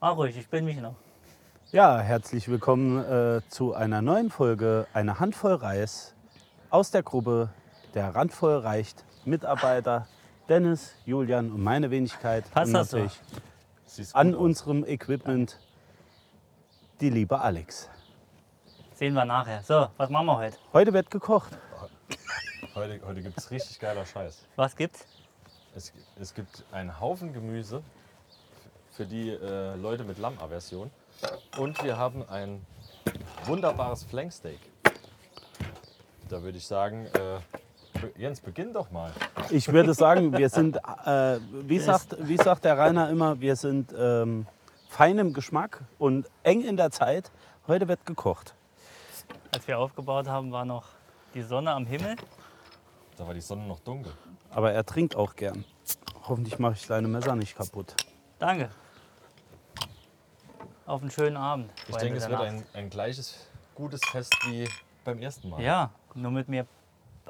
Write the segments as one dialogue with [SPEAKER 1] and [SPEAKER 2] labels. [SPEAKER 1] Mach ruhig, ich bin mich noch.
[SPEAKER 2] Ja, herzlich willkommen äh, zu einer neuen Folge Eine Handvoll Reis aus der Gruppe Der Randvoll reicht Mitarbeiter Dennis, Julian und meine Wenigkeit
[SPEAKER 1] Passt
[SPEAKER 2] und
[SPEAKER 1] das so?
[SPEAKER 2] natürlich
[SPEAKER 3] Siehst gut
[SPEAKER 2] an
[SPEAKER 3] aus.
[SPEAKER 2] unserem Equipment die liebe Alex.
[SPEAKER 1] Sehen wir nachher. So, was machen wir heute?
[SPEAKER 2] Heute wird gekocht.
[SPEAKER 3] Heute, heute gibt es richtig geiler Scheiß.
[SPEAKER 1] Was gibt's?
[SPEAKER 3] Es, es gibt einen Haufen Gemüse für die äh, Leute mit Lammaversion. Und wir haben ein wunderbares Flanksteak. Da würde ich sagen, äh, Jens, beginn doch mal.
[SPEAKER 2] Ich würde sagen, wir sind, äh, wie, sagt, wie sagt der Rainer immer, wir sind ähm, fein im Geschmack und eng in der Zeit. Heute wird gekocht.
[SPEAKER 1] Als wir aufgebaut haben, war noch die Sonne am Himmel.
[SPEAKER 3] Da war die Sonne noch dunkel.
[SPEAKER 2] Aber er trinkt auch gern. Hoffentlich mache ich deine Messer nicht kaputt.
[SPEAKER 1] Danke. Auf einen schönen Abend.
[SPEAKER 3] Ich
[SPEAKER 1] Freunde
[SPEAKER 3] denke, es
[SPEAKER 1] der
[SPEAKER 3] wird
[SPEAKER 1] Nacht.
[SPEAKER 3] ein, ein gleiches gutes Fest wie beim ersten Mal.
[SPEAKER 1] Ja, nur mit mir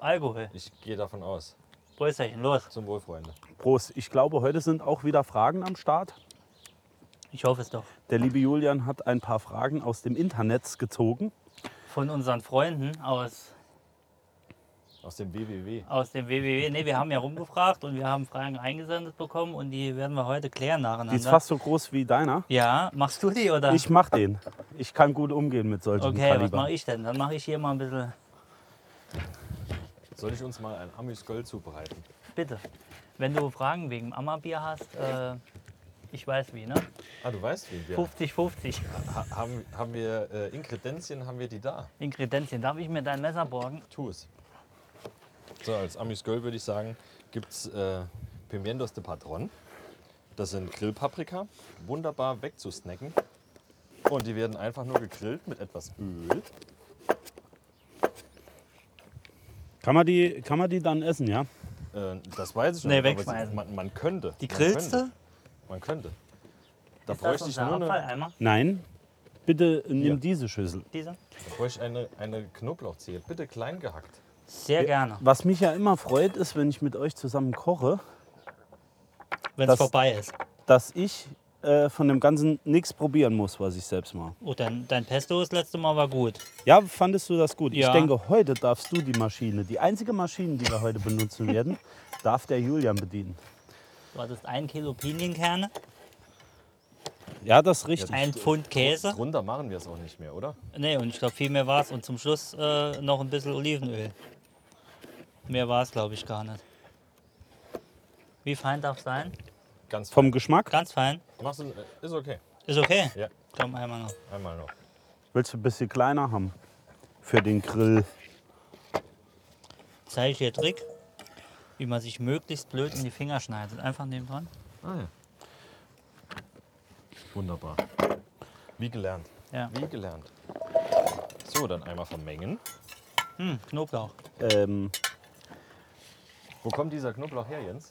[SPEAKER 1] Alkohol.
[SPEAKER 3] Ich gehe davon aus.
[SPEAKER 1] Prösterchen, los.
[SPEAKER 3] Zum Wohl, Freunde.
[SPEAKER 2] Prost. Ich glaube, heute sind auch wieder Fragen am Start.
[SPEAKER 1] Ich hoffe es doch.
[SPEAKER 2] Der liebe Julian hat ein paar Fragen aus dem Internet gezogen.
[SPEAKER 1] Von unseren Freunden aus,
[SPEAKER 3] Aus dem WWW.
[SPEAKER 1] aus dem WWW. Ne, wir haben ja rumgefragt und wir haben Fragen eingesendet bekommen und die werden wir heute klären nacheinander.
[SPEAKER 2] Die ist fast so groß wie deiner.
[SPEAKER 1] ja, machst du die oder?
[SPEAKER 2] Ich mach den. Ich kann gut umgehen mit solchen
[SPEAKER 1] okay, was
[SPEAKER 2] Kaliber.
[SPEAKER 1] mache ich denn? Dann mache ich hier mal ein bisschen.
[SPEAKER 3] Soll ich uns mal ein Amüs-Gold zubereiten?
[SPEAKER 1] Bitte. Wenn du Fragen wegen Ammerbier hast, äh, ich weiß wie, ne?
[SPEAKER 3] Ah, du weißt, wie wir
[SPEAKER 1] 50-50
[SPEAKER 3] Ha- Haben, haben wir äh, Inkredenzien, haben wir die da?
[SPEAKER 1] Inkredenzien. Darf ich mir dein Messer borgen?
[SPEAKER 3] Tu es. So, als Amis Girl würde ich sagen, gibt es äh, Pimientos de Patron. Das sind Grillpaprika, wunderbar wegzusnacken. Und die werden einfach nur gegrillt mit etwas Öl.
[SPEAKER 2] Kann, man die, kann man die dann essen, ja?
[SPEAKER 3] Äh, das weiß ich noch
[SPEAKER 1] Nee,
[SPEAKER 3] nicht, aber
[SPEAKER 1] wegschmeißen.
[SPEAKER 3] sie- Man, man könnte.
[SPEAKER 1] Die
[SPEAKER 3] man
[SPEAKER 1] grillst
[SPEAKER 3] könnte,
[SPEAKER 1] du?
[SPEAKER 3] Man könnte. Da
[SPEAKER 1] Ist das
[SPEAKER 3] bräuchte ich
[SPEAKER 1] unser
[SPEAKER 3] nur eine,
[SPEAKER 1] Abfalleimer?
[SPEAKER 2] Nein. Bitte nimm
[SPEAKER 3] Hier.
[SPEAKER 2] diese Schüssel.
[SPEAKER 1] Diese?
[SPEAKER 3] da bräuchte ich eine, eine Knoblauchzehe, bitte klein gehackt.
[SPEAKER 1] Sehr gerne.
[SPEAKER 2] Was mich ja immer freut, ist, wenn ich mit euch zusammen koche,
[SPEAKER 1] Wenn es
[SPEAKER 2] das-
[SPEAKER 1] vorbei ist.
[SPEAKER 2] dass ich äh, von dem Ganzen nichts probieren muss, was ich selbst mache.
[SPEAKER 1] Oh, dein, dein Pesto das letzte Mal war gut.
[SPEAKER 2] Ja, fandest du das gut?
[SPEAKER 1] Ja.
[SPEAKER 2] Ich denke, heute darfst du die Maschine, die einzige Maschine, die wir heute benutzen werden, darf der Julian bedienen.
[SPEAKER 1] Du hattest ein Kilo Pinienkerne,
[SPEAKER 2] Ja, das ist richtig.
[SPEAKER 1] ein Pfund Käse.
[SPEAKER 3] Drunter machen wir es auch nicht mehr, oder?
[SPEAKER 1] Nee, und ich glaube, viel mehr war es. Und zum Schluss äh, noch ein bisschen Olivenöl. Mehr war es, glaube ich, gar nicht. Wie fein darf es sein?
[SPEAKER 3] Ganz
[SPEAKER 2] Vom Geschmack?
[SPEAKER 1] Ganz fein.
[SPEAKER 3] Machst du, ist okay.
[SPEAKER 1] Ist okay.
[SPEAKER 3] Ja,
[SPEAKER 1] Komm, einmal noch.
[SPEAKER 3] einmal noch.
[SPEAKER 2] Willst du ein bisschen kleiner haben? Für den Grill.
[SPEAKER 1] zeige ich dir Trick, wie man sich möglichst blöd in die Finger schneidet. Einfach neben dran.
[SPEAKER 3] Ah ja. Wunderbar. Wie gelernt.
[SPEAKER 1] Ja.
[SPEAKER 3] Wie gelernt. So, dann einmal vermengen.
[SPEAKER 1] Hm, Knoblauch.
[SPEAKER 2] Ähm,
[SPEAKER 3] Wo kommt dieser Knoblauch her, Jens?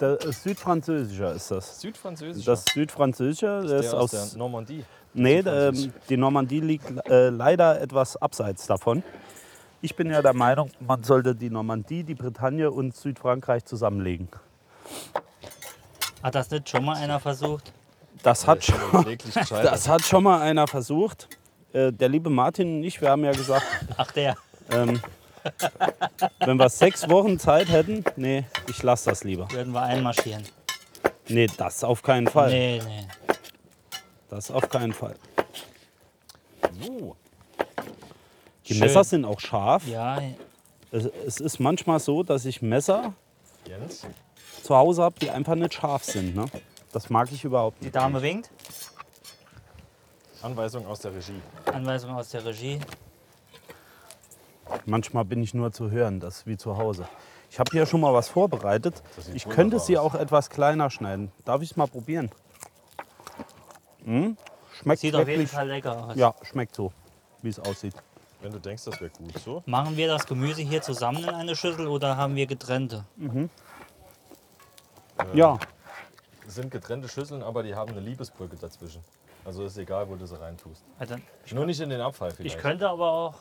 [SPEAKER 2] der Südfranzösischer ist das.
[SPEAKER 3] Südfranzösisch.
[SPEAKER 2] Das Südfranzösische das ist
[SPEAKER 3] der aus,
[SPEAKER 2] aus.
[SPEAKER 3] der Normandie.
[SPEAKER 2] Nee,
[SPEAKER 3] Südfranzösisch.
[SPEAKER 2] ähm, die Normandie liegt äh, leider etwas abseits davon. Ich bin ja der Meinung, man sollte die Normandie, die Bretagne und Südfrankreich zusammenlegen.
[SPEAKER 1] Hat das nicht schon mal einer versucht?
[SPEAKER 2] Das hat schon
[SPEAKER 3] Der kläglich gescheitert.
[SPEAKER 2] Das hat schon mal einer versucht. Äh, Der liebe Martin und ich, wir haben ja gesagt,
[SPEAKER 1] Ach, der.
[SPEAKER 2] ähm, wenn wir sechs Wochen Zeit hätten, nee, ich lasse das lieber.
[SPEAKER 1] Würden wir einmarschieren.
[SPEAKER 2] Nee, das auf keinen Fall.
[SPEAKER 1] Nee, nee.
[SPEAKER 2] Das auf keinen Fall.
[SPEAKER 3] So,
[SPEAKER 2] Die
[SPEAKER 1] Schön.
[SPEAKER 2] Messer sind auch scharf.
[SPEAKER 1] Ja,
[SPEAKER 2] Es, es ist manchmal so, dass ich Messer
[SPEAKER 3] Jens.
[SPEAKER 2] zu Hause habe, die einfach nicht scharf sind. Ne? Das mag ich überhaupt
[SPEAKER 1] die
[SPEAKER 2] nicht.
[SPEAKER 1] Dame winkt.
[SPEAKER 3] Anweisung aus der Regie.
[SPEAKER 1] Anweisung aus der Regie.
[SPEAKER 2] Manchmal bin ich nur zu hören, das ist wie zu Hause. Ich habe hier schon mal was vorbereitet.
[SPEAKER 3] Das sieht
[SPEAKER 2] Ich könnte
[SPEAKER 3] wunderbar
[SPEAKER 2] sie auch
[SPEAKER 3] aus.
[SPEAKER 2] etwas kleiner schneiden. Darf ich es mal probieren? Hm? Schmeckt
[SPEAKER 1] Sieht auf jeden
[SPEAKER 2] wirklich
[SPEAKER 1] Fall lecker aus.
[SPEAKER 2] Ja, schmeckt so, wie es aussieht.
[SPEAKER 3] Wenn du denkst, das wäre gut so.
[SPEAKER 1] Machen wir das Gemüse hier zusammen in eine Schüssel oder haben wir getrennte?
[SPEAKER 2] Ja,
[SPEAKER 3] Es sind getrennte Schüsseln, aber die haben eine Liebesbrücke dazwischen. Also ist egal, wo du sie reintust.
[SPEAKER 1] Also,
[SPEAKER 3] Nur nicht in den Abfall vielleicht.
[SPEAKER 1] ich könnte aber auch.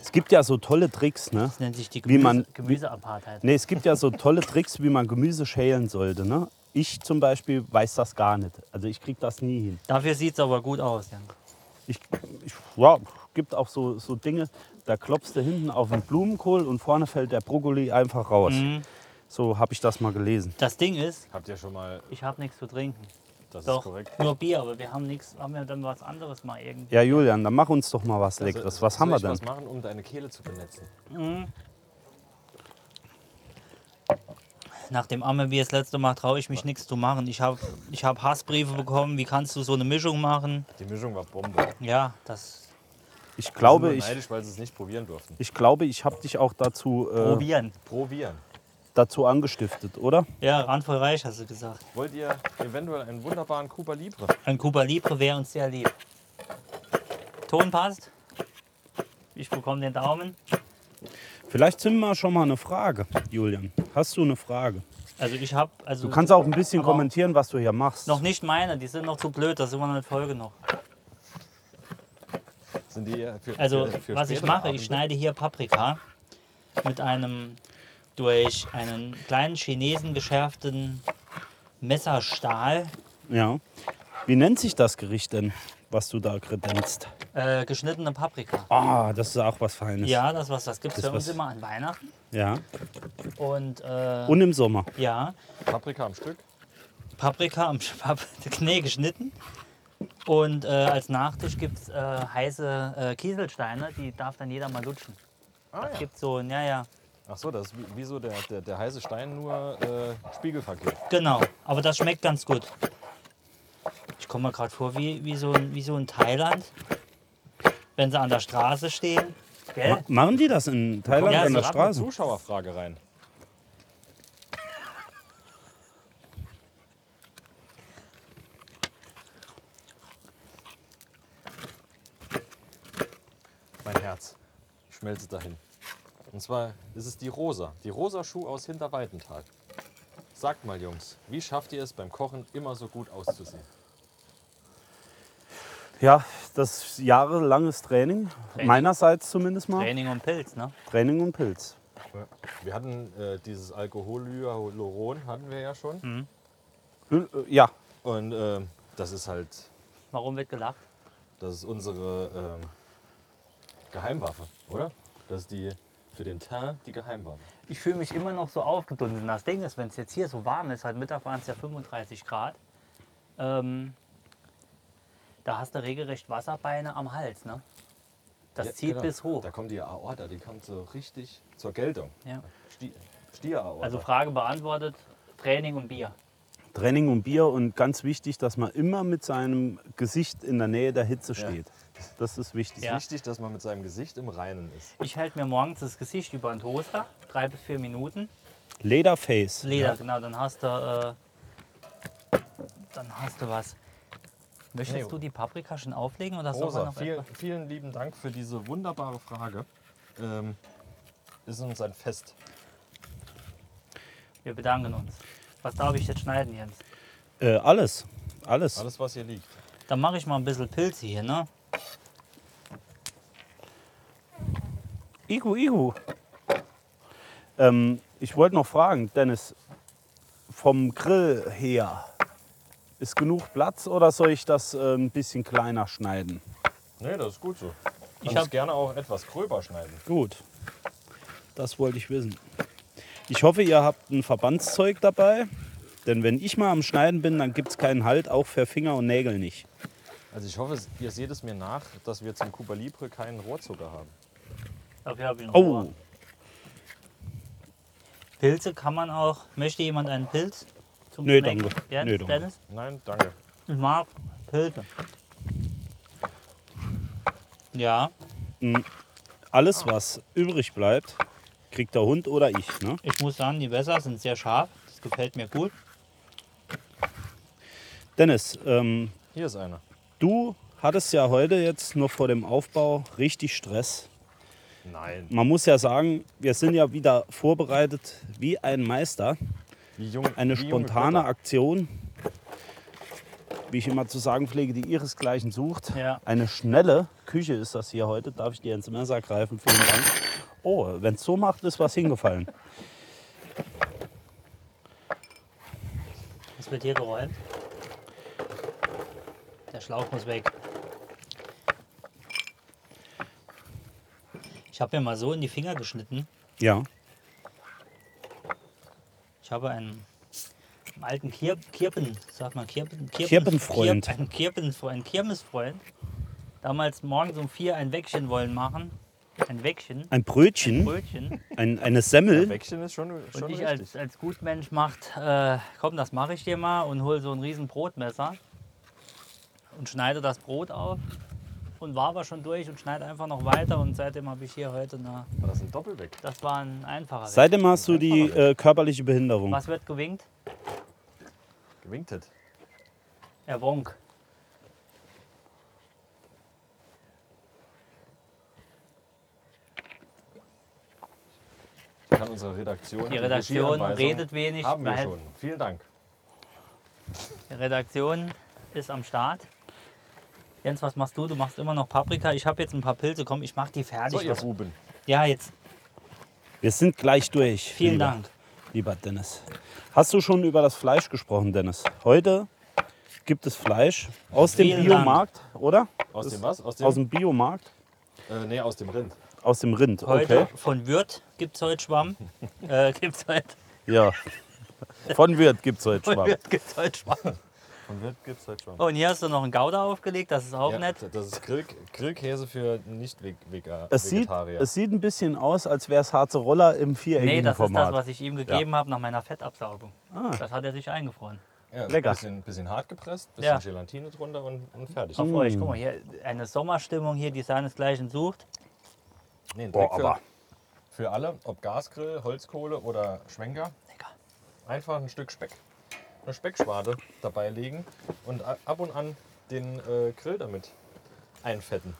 [SPEAKER 2] Es gibt ja so tolle Tricks, ne?
[SPEAKER 1] Das nennt sich die
[SPEAKER 2] Wie
[SPEAKER 1] Gemüse
[SPEAKER 2] man-
[SPEAKER 1] Gemüseapartheit.
[SPEAKER 2] Nee, es gibt ja so tolle Tricks, wie man Gemüse schälen sollte, ne? Ich zum Beispiel weiß das gar nicht. Also ich krieg das nie hin.
[SPEAKER 1] Dafür sieht es aber gut aus. Ja.
[SPEAKER 2] Ich, ich, ja, gibt auch so, so Dinge, da klopfst du hinten auf den Blumenkohl und vorne fällt der Brokkoli einfach raus.
[SPEAKER 3] Mhm.
[SPEAKER 2] So habe ich das mal gelesen.
[SPEAKER 1] Das Ding ist,
[SPEAKER 3] Habt ihr schon mal,
[SPEAKER 1] ich habe nichts zu trinken.
[SPEAKER 3] das
[SPEAKER 1] Doch,
[SPEAKER 3] ist korrekt.
[SPEAKER 1] nur Bier, aber wir haben nichts, haben wir dann was anderes mal irgendwie.
[SPEAKER 2] Ja, Julian, dann mach uns doch mal was
[SPEAKER 3] Also,
[SPEAKER 2] Leckeres. was
[SPEAKER 3] soll
[SPEAKER 2] haben wir
[SPEAKER 3] ich
[SPEAKER 2] denn?
[SPEAKER 3] was machen, um deine Kehle zu benetzen?
[SPEAKER 1] Nach dem Amme wie das letzte Mal traue ich mich nichts zu machen. Ich habe ich hab Hassbriefe bekommen, wie kannst du so eine Mischung machen?
[SPEAKER 3] Die Mischung war Bombe.
[SPEAKER 1] Ja, das
[SPEAKER 2] Ich
[SPEAKER 3] sind
[SPEAKER 2] glaube,
[SPEAKER 3] nur
[SPEAKER 2] ich,
[SPEAKER 3] neidisch, weil sie es nicht probieren durften.
[SPEAKER 2] ich, glaube, ich habe dich auch dazu, äh,
[SPEAKER 1] probieren.
[SPEAKER 3] Probieren.
[SPEAKER 2] dazu angestiftet, oder?
[SPEAKER 1] Ja, randvoll reich hast du gesagt.
[SPEAKER 3] Wollt ihr eventuell einen wunderbaren Cuba Libre?
[SPEAKER 1] Ein Cuba Libre wäre uns sehr lieb. Ton passt. Ich bekomme den Daumen.
[SPEAKER 2] Vielleicht sind wir schon mal eine Frage, Julian. Hast du eine Frage?
[SPEAKER 1] Also ich habe, also
[SPEAKER 2] Du kannst auch ein bisschen
[SPEAKER 1] Aber-
[SPEAKER 2] kommentieren, was du hier machst.
[SPEAKER 1] noch nicht meine, die sind noch zu blöd, das ist immer eine Folge noch.
[SPEAKER 3] Sind die eher für,
[SPEAKER 1] Also
[SPEAKER 3] für, für
[SPEAKER 1] was ich
[SPEAKER 3] spätere
[SPEAKER 1] mache,
[SPEAKER 3] Abende?
[SPEAKER 1] ich schneide hier Paprika mit einem durch einen kleinen Chinesen geschärften Messerstahl
[SPEAKER 2] Ja. Wie nennt sich das Gericht denn, was du da kredenzt?
[SPEAKER 1] äh, geschnittene Paprika.
[SPEAKER 2] Ah, das ist auch was Feines.
[SPEAKER 1] Ja, das was, das gibt es
[SPEAKER 2] ist
[SPEAKER 1] bei uns
[SPEAKER 2] was.
[SPEAKER 1] immer an Weihnachten.
[SPEAKER 2] ja.
[SPEAKER 1] Und, äh,
[SPEAKER 2] Und im Sommer.
[SPEAKER 1] ja,
[SPEAKER 3] Paprika am Stück.
[SPEAKER 1] Paprika am Schwab Knie geschnitten. Und äh, als Nachtisch gibt es äh, heiße äh, Kieselsteine, die darf dann jeder mal lutschen.
[SPEAKER 3] Ah, ja.
[SPEAKER 1] Gibt so, ja, ja,
[SPEAKER 3] Ach so, das ist wie, wie so der, der, der heiße Stein, nur äh, spiegelverkehrt.
[SPEAKER 1] genau. Aber das schmeckt ganz gut. Ich komme mir gerade vor wie, wie, so, ein- wie so in Thailand, wenn sie an der Straße stehen. Gell?
[SPEAKER 2] Ma machen die das in Thailand
[SPEAKER 1] Ja,
[SPEAKER 2] an
[SPEAKER 1] so
[SPEAKER 2] der
[SPEAKER 1] ab
[SPEAKER 3] Gerade eine
[SPEAKER 2] Straße?
[SPEAKER 3] Zuschauerfrage rein. Mein Herz schmelze dahin. Und zwar ist es die Rosa, die Rosa Schuh aus Hinterweidenthal. Sagt mal, Jungs, wie schafft ihr es beim Kochen immer so gut auszusehen?
[SPEAKER 2] Ja, das ist jahrelanges Training. Meinerseits zumindest mal.
[SPEAKER 1] Training und Pilz, ne?
[SPEAKER 2] Training und Pilz.
[SPEAKER 3] Wir hatten äh, dieses Alkoholyaholuron, hatten wir ja schon.
[SPEAKER 2] Hül- äh, Ja,
[SPEAKER 3] Und ähm, das ist halt
[SPEAKER 1] Warum wird gelacht?
[SPEAKER 3] Das ist unsere ähm, Geheimwaffe, oder? Das ist die für den Teint die Geheimwaffe.
[SPEAKER 1] Ich fühle mich immer noch so aufgedunsen. Das Ding ist, wenn es jetzt hier so warm ist, heute Mittag waren es ja 35 Grad, ähm, da hast du regelrecht Wasserbeine am Hals. Ne? Das
[SPEAKER 3] Ja,
[SPEAKER 1] zieht
[SPEAKER 3] genau.
[SPEAKER 1] bis hoch.
[SPEAKER 3] Da kommt die Aorta, die kommt so richtig zur Geltung.
[SPEAKER 1] Ja.
[SPEAKER 3] Sti- Stieraorta.
[SPEAKER 1] Also Frage beantwortet, Training und Bier.
[SPEAKER 2] Training und Bier und ganz wichtig, dass man immer mit seinem Gesicht in der Nähe der Hitze
[SPEAKER 3] Ja.
[SPEAKER 2] steht. Das ist wichtig.
[SPEAKER 1] Ja.
[SPEAKER 3] Wichtig, dass man mit seinem Gesicht im Reinen ist.
[SPEAKER 1] Ich halte mir morgens das Gesicht über den Toaster, drei bis vier Minuten.
[SPEAKER 2] Lederface.
[SPEAKER 1] Leder, genau, dann hast du, äh, dann hast du was. Möchtest
[SPEAKER 3] Nee.
[SPEAKER 1] du die Paprika schon auflegen oder soll man
[SPEAKER 3] Rosa,
[SPEAKER 1] noch
[SPEAKER 3] vielen,
[SPEAKER 1] etwas?
[SPEAKER 3] vielen lieben Dank für diese wunderbare Frage. Ähm, ist uns ein Fest.
[SPEAKER 1] Wir bedanken uns. Was darf ich jetzt schneiden, Jens?
[SPEAKER 2] Äh, alles. Alles.
[SPEAKER 3] Alles, was hier liegt.
[SPEAKER 1] Dann mache ich mal ein bisschen Pilze hier, ne?
[SPEAKER 2] Igu, Igu. Ähm, ich wollte noch fragen, Dennis, vom Grill her, ist genug Platz oder soll ich das äh, ein bisschen kleiner schneiden?
[SPEAKER 3] Nee, das ist gut so.
[SPEAKER 1] Ich
[SPEAKER 3] Ich
[SPEAKER 1] hab-
[SPEAKER 3] es gerne auch etwas gröber schneiden.
[SPEAKER 2] Gut, das wollte ich wissen. Ich hoffe, ihr habt ein Verbandszeug dabei, denn wenn ich mal am Schneiden bin, dann gibt es keinen Halt, auch für Finger und Nägel nicht.
[SPEAKER 3] Also ich hoffe, ihr seht es mir nach, dass wir zum Cuba Libre keinen Rohrzucker haben.
[SPEAKER 1] Dafür habe ich noch
[SPEAKER 2] Oh,
[SPEAKER 1] Ohr. Pilze kann man auch. Möchte jemand einen Pilz? Zum
[SPEAKER 2] Nee,
[SPEAKER 1] Snack?
[SPEAKER 2] danke.
[SPEAKER 1] Jens,
[SPEAKER 2] Nee, danke.
[SPEAKER 1] Dennis?
[SPEAKER 3] Nein, danke.
[SPEAKER 1] Ich mag Pilze. Ja,
[SPEAKER 2] alles, was übrig bleibt, kriegt der Hund oder ich. Ne?
[SPEAKER 1] ich muss sagen, die Wässer sind sehr scharf. Das gefällt mir gut.
[SPEAKER 2] Dennis, ähm,
[SPEAKER 3] Hier ist einer.
[SPEAKER 2] Du hattest ja heute jetzt noch vor dem Aufbau richtig Stress.
[SPEAKER 3] Nein.
[SPEAKER 2] Man muss ja sagen, wir sind ja wieder vorbereitet wie ein Meister.
[SPEAKER 3] Wie jung,
[SPEAKER 2] Eine
[SPEAKER 3] wie junge
[SPEAKER 2] spontane
[SPEAKER 3] Götter.
[SPEAKER 2] Aktion. wie ich immer zu sagen pflege, die ihresgleichen sucht.
[SPEAKER 1] Ja.
[SPEAKER 2] Eine schnelle Küche ist das hier heute. Darf ich dir ins Messer greifen? Vielen Dank. Oh, wenn es so macht, ist was hingefallen.
[SPEAKER 1] Es wird hier geräumt. Der Schlauch muss weg. Ich habe mir mal so in die Finger geschnitten.
[SPEAKER 2] Ja.
[SPEAKER 1] Ich habe einen, einen alten Kir Kirpen, sagt man Kirpen, Kirpen
[SPEAKER 2] Kirpenfreund.
[SPEAKER 1] Kirp, einen Kirpenfreund, einen Kirmesfreund. Damals morgens um vier ein Wäckchen wollen machen. Ein Wäckchen,
[SPEAKER 2] Ein Brötchen,
[SPEAKER 1] Brötchen.
[SPEAKER 2] ein, eine Semmel.
[SPEAKER 3] Wäckchen ist schon, Hm? schon
[SPEAKER 1] Und ich
[SPEAKER 3] richtig.
[SPEAKER 1] als, als Gutmensch macht, äh, komm, das mache ich dir mal und hol so ein riesen Brotmesser und schneide das Brot auf und war aber schon durch und schneide einfach noch weiter und seitdem habe ich hier heute eine,
[SPEAKER 3] War das ein Doppelweg?
[SPEAKER 1] das war ein einfacher Weg.
[SPEAKER 2] Seitdem hast du die äh, körperliche Behinderung.
[SPEAKER 1] Was wird gewinkt?
[SPEAKER 3] Gewinktet.
[SPEAKER 1] Er wonk.
[SPEAKER 3] Ich kann unsere Redaktion.
[SPEAKER 1] Die Redaktion
[SPEAKER 3] Regieanweisung
[SPEAKER 1] redet wenig.
[SPEAKER 3] Haben wir
[SPEAKER 1] behält-
[SPEAKER 3] schon. Vielen Dank.
[SPEAKER 1] Die Redaktion ist am Start. Jens, was machst du? Du machst immer noch Paprika. Ich habe jetzt ein paar Pilze. Komm, ich mache die fertig.
[SPEAKER 3] So, ihr Buben.
[SPEAKER 1] ja, jetzt.
[SPEAKER 2] Wir sind gleich durch.
[SPEAKER 1] Vielen
[SPEAKER 2] lieber,
[SPEAKER 1] Dank.
[SPEAKER 2] Lieber Dennis. Hast du schon über das Fleisch gesprochen, Dennis? Heute gibt es Fleisch aus dem
[SPEAKER 1] Vielen
[SPEAKER 2] Biomarkt, oder?
[SPEAKER 3] Aus
[SPEAKER 2] Ist-
[SPEAKER 3] dem was? Aus dem,
[SPEAKER 2] Aus dem Biomarkt?
[SPEAKER 3] äh, nee, aus dem Rind.
[SPEAKER 2] Aus dem Rind,
[SPEAKER 1] Heute
[SPEAKER 2] okay.
[SPEAKER 1] von Würth gibt es heute Schwamm. äh, gibt's heute,
[SPEAKER 2] Ja. Von Wirt gibt es heute
[SPEAKER 1] von
[SPEAKER 2] Schwamm.
[SPEAKER 1] Würth gibt's heute Schwamm.
[SPEAKER 3] Und wird gibt's halt schon.
[SPEAKER 1] Oh, und hier hast du noch einen Gouda aufgelegt. Das ist auch nett.
[SPEAKER 3] Das ist Grill, Grillkäse für nicht Veg Vega-
[SPEAKER 2] Es sieht,
[SPEAKER 3] Vegetarier.
[SPEAKER 2] es sieht ein bisschen aus, als wäre es Harze Roller im viereckigen
[SPEAKER 1] Nee, das ist das,
[SPEAKER 2] Format.
[SPEAKER 1] was ich ihm gegeben habe nach meiner Fettabsaugung.
[SPEAKER 3] Ah.
[SPEAKER 1] Das hat er sich eingefroren.
[SPEAKER 3] ja,
[SPEAKER 2] lecker.
[SPEAKER 3] Bisschen, bisschen hart gepresst, bisschen
[SPEAKER 1] Ja.
[SPEAKER 3] Gelatine drunter und, und fertig.
[SPEAKER 1] Auf euch. Guck mal, hier eine Sommerstimmung hier, die seinesgleichen sucht.
[SPEAKER 3] Nee, ein
[SPEAKER 2] Boah,
[SPEAKER 3] Trick für,
[SPEAKER 2] aber-
[SPEAKER 3] für alle, ob Gasgrill, Holzkohle oder Schwenker,
[SPEAKER 1] Lecker.
[SPEAKER 3] einfach ein Stück Speck, eine Speckschwade dabei legen und a- ab und an den äh, Grill damit einfetten.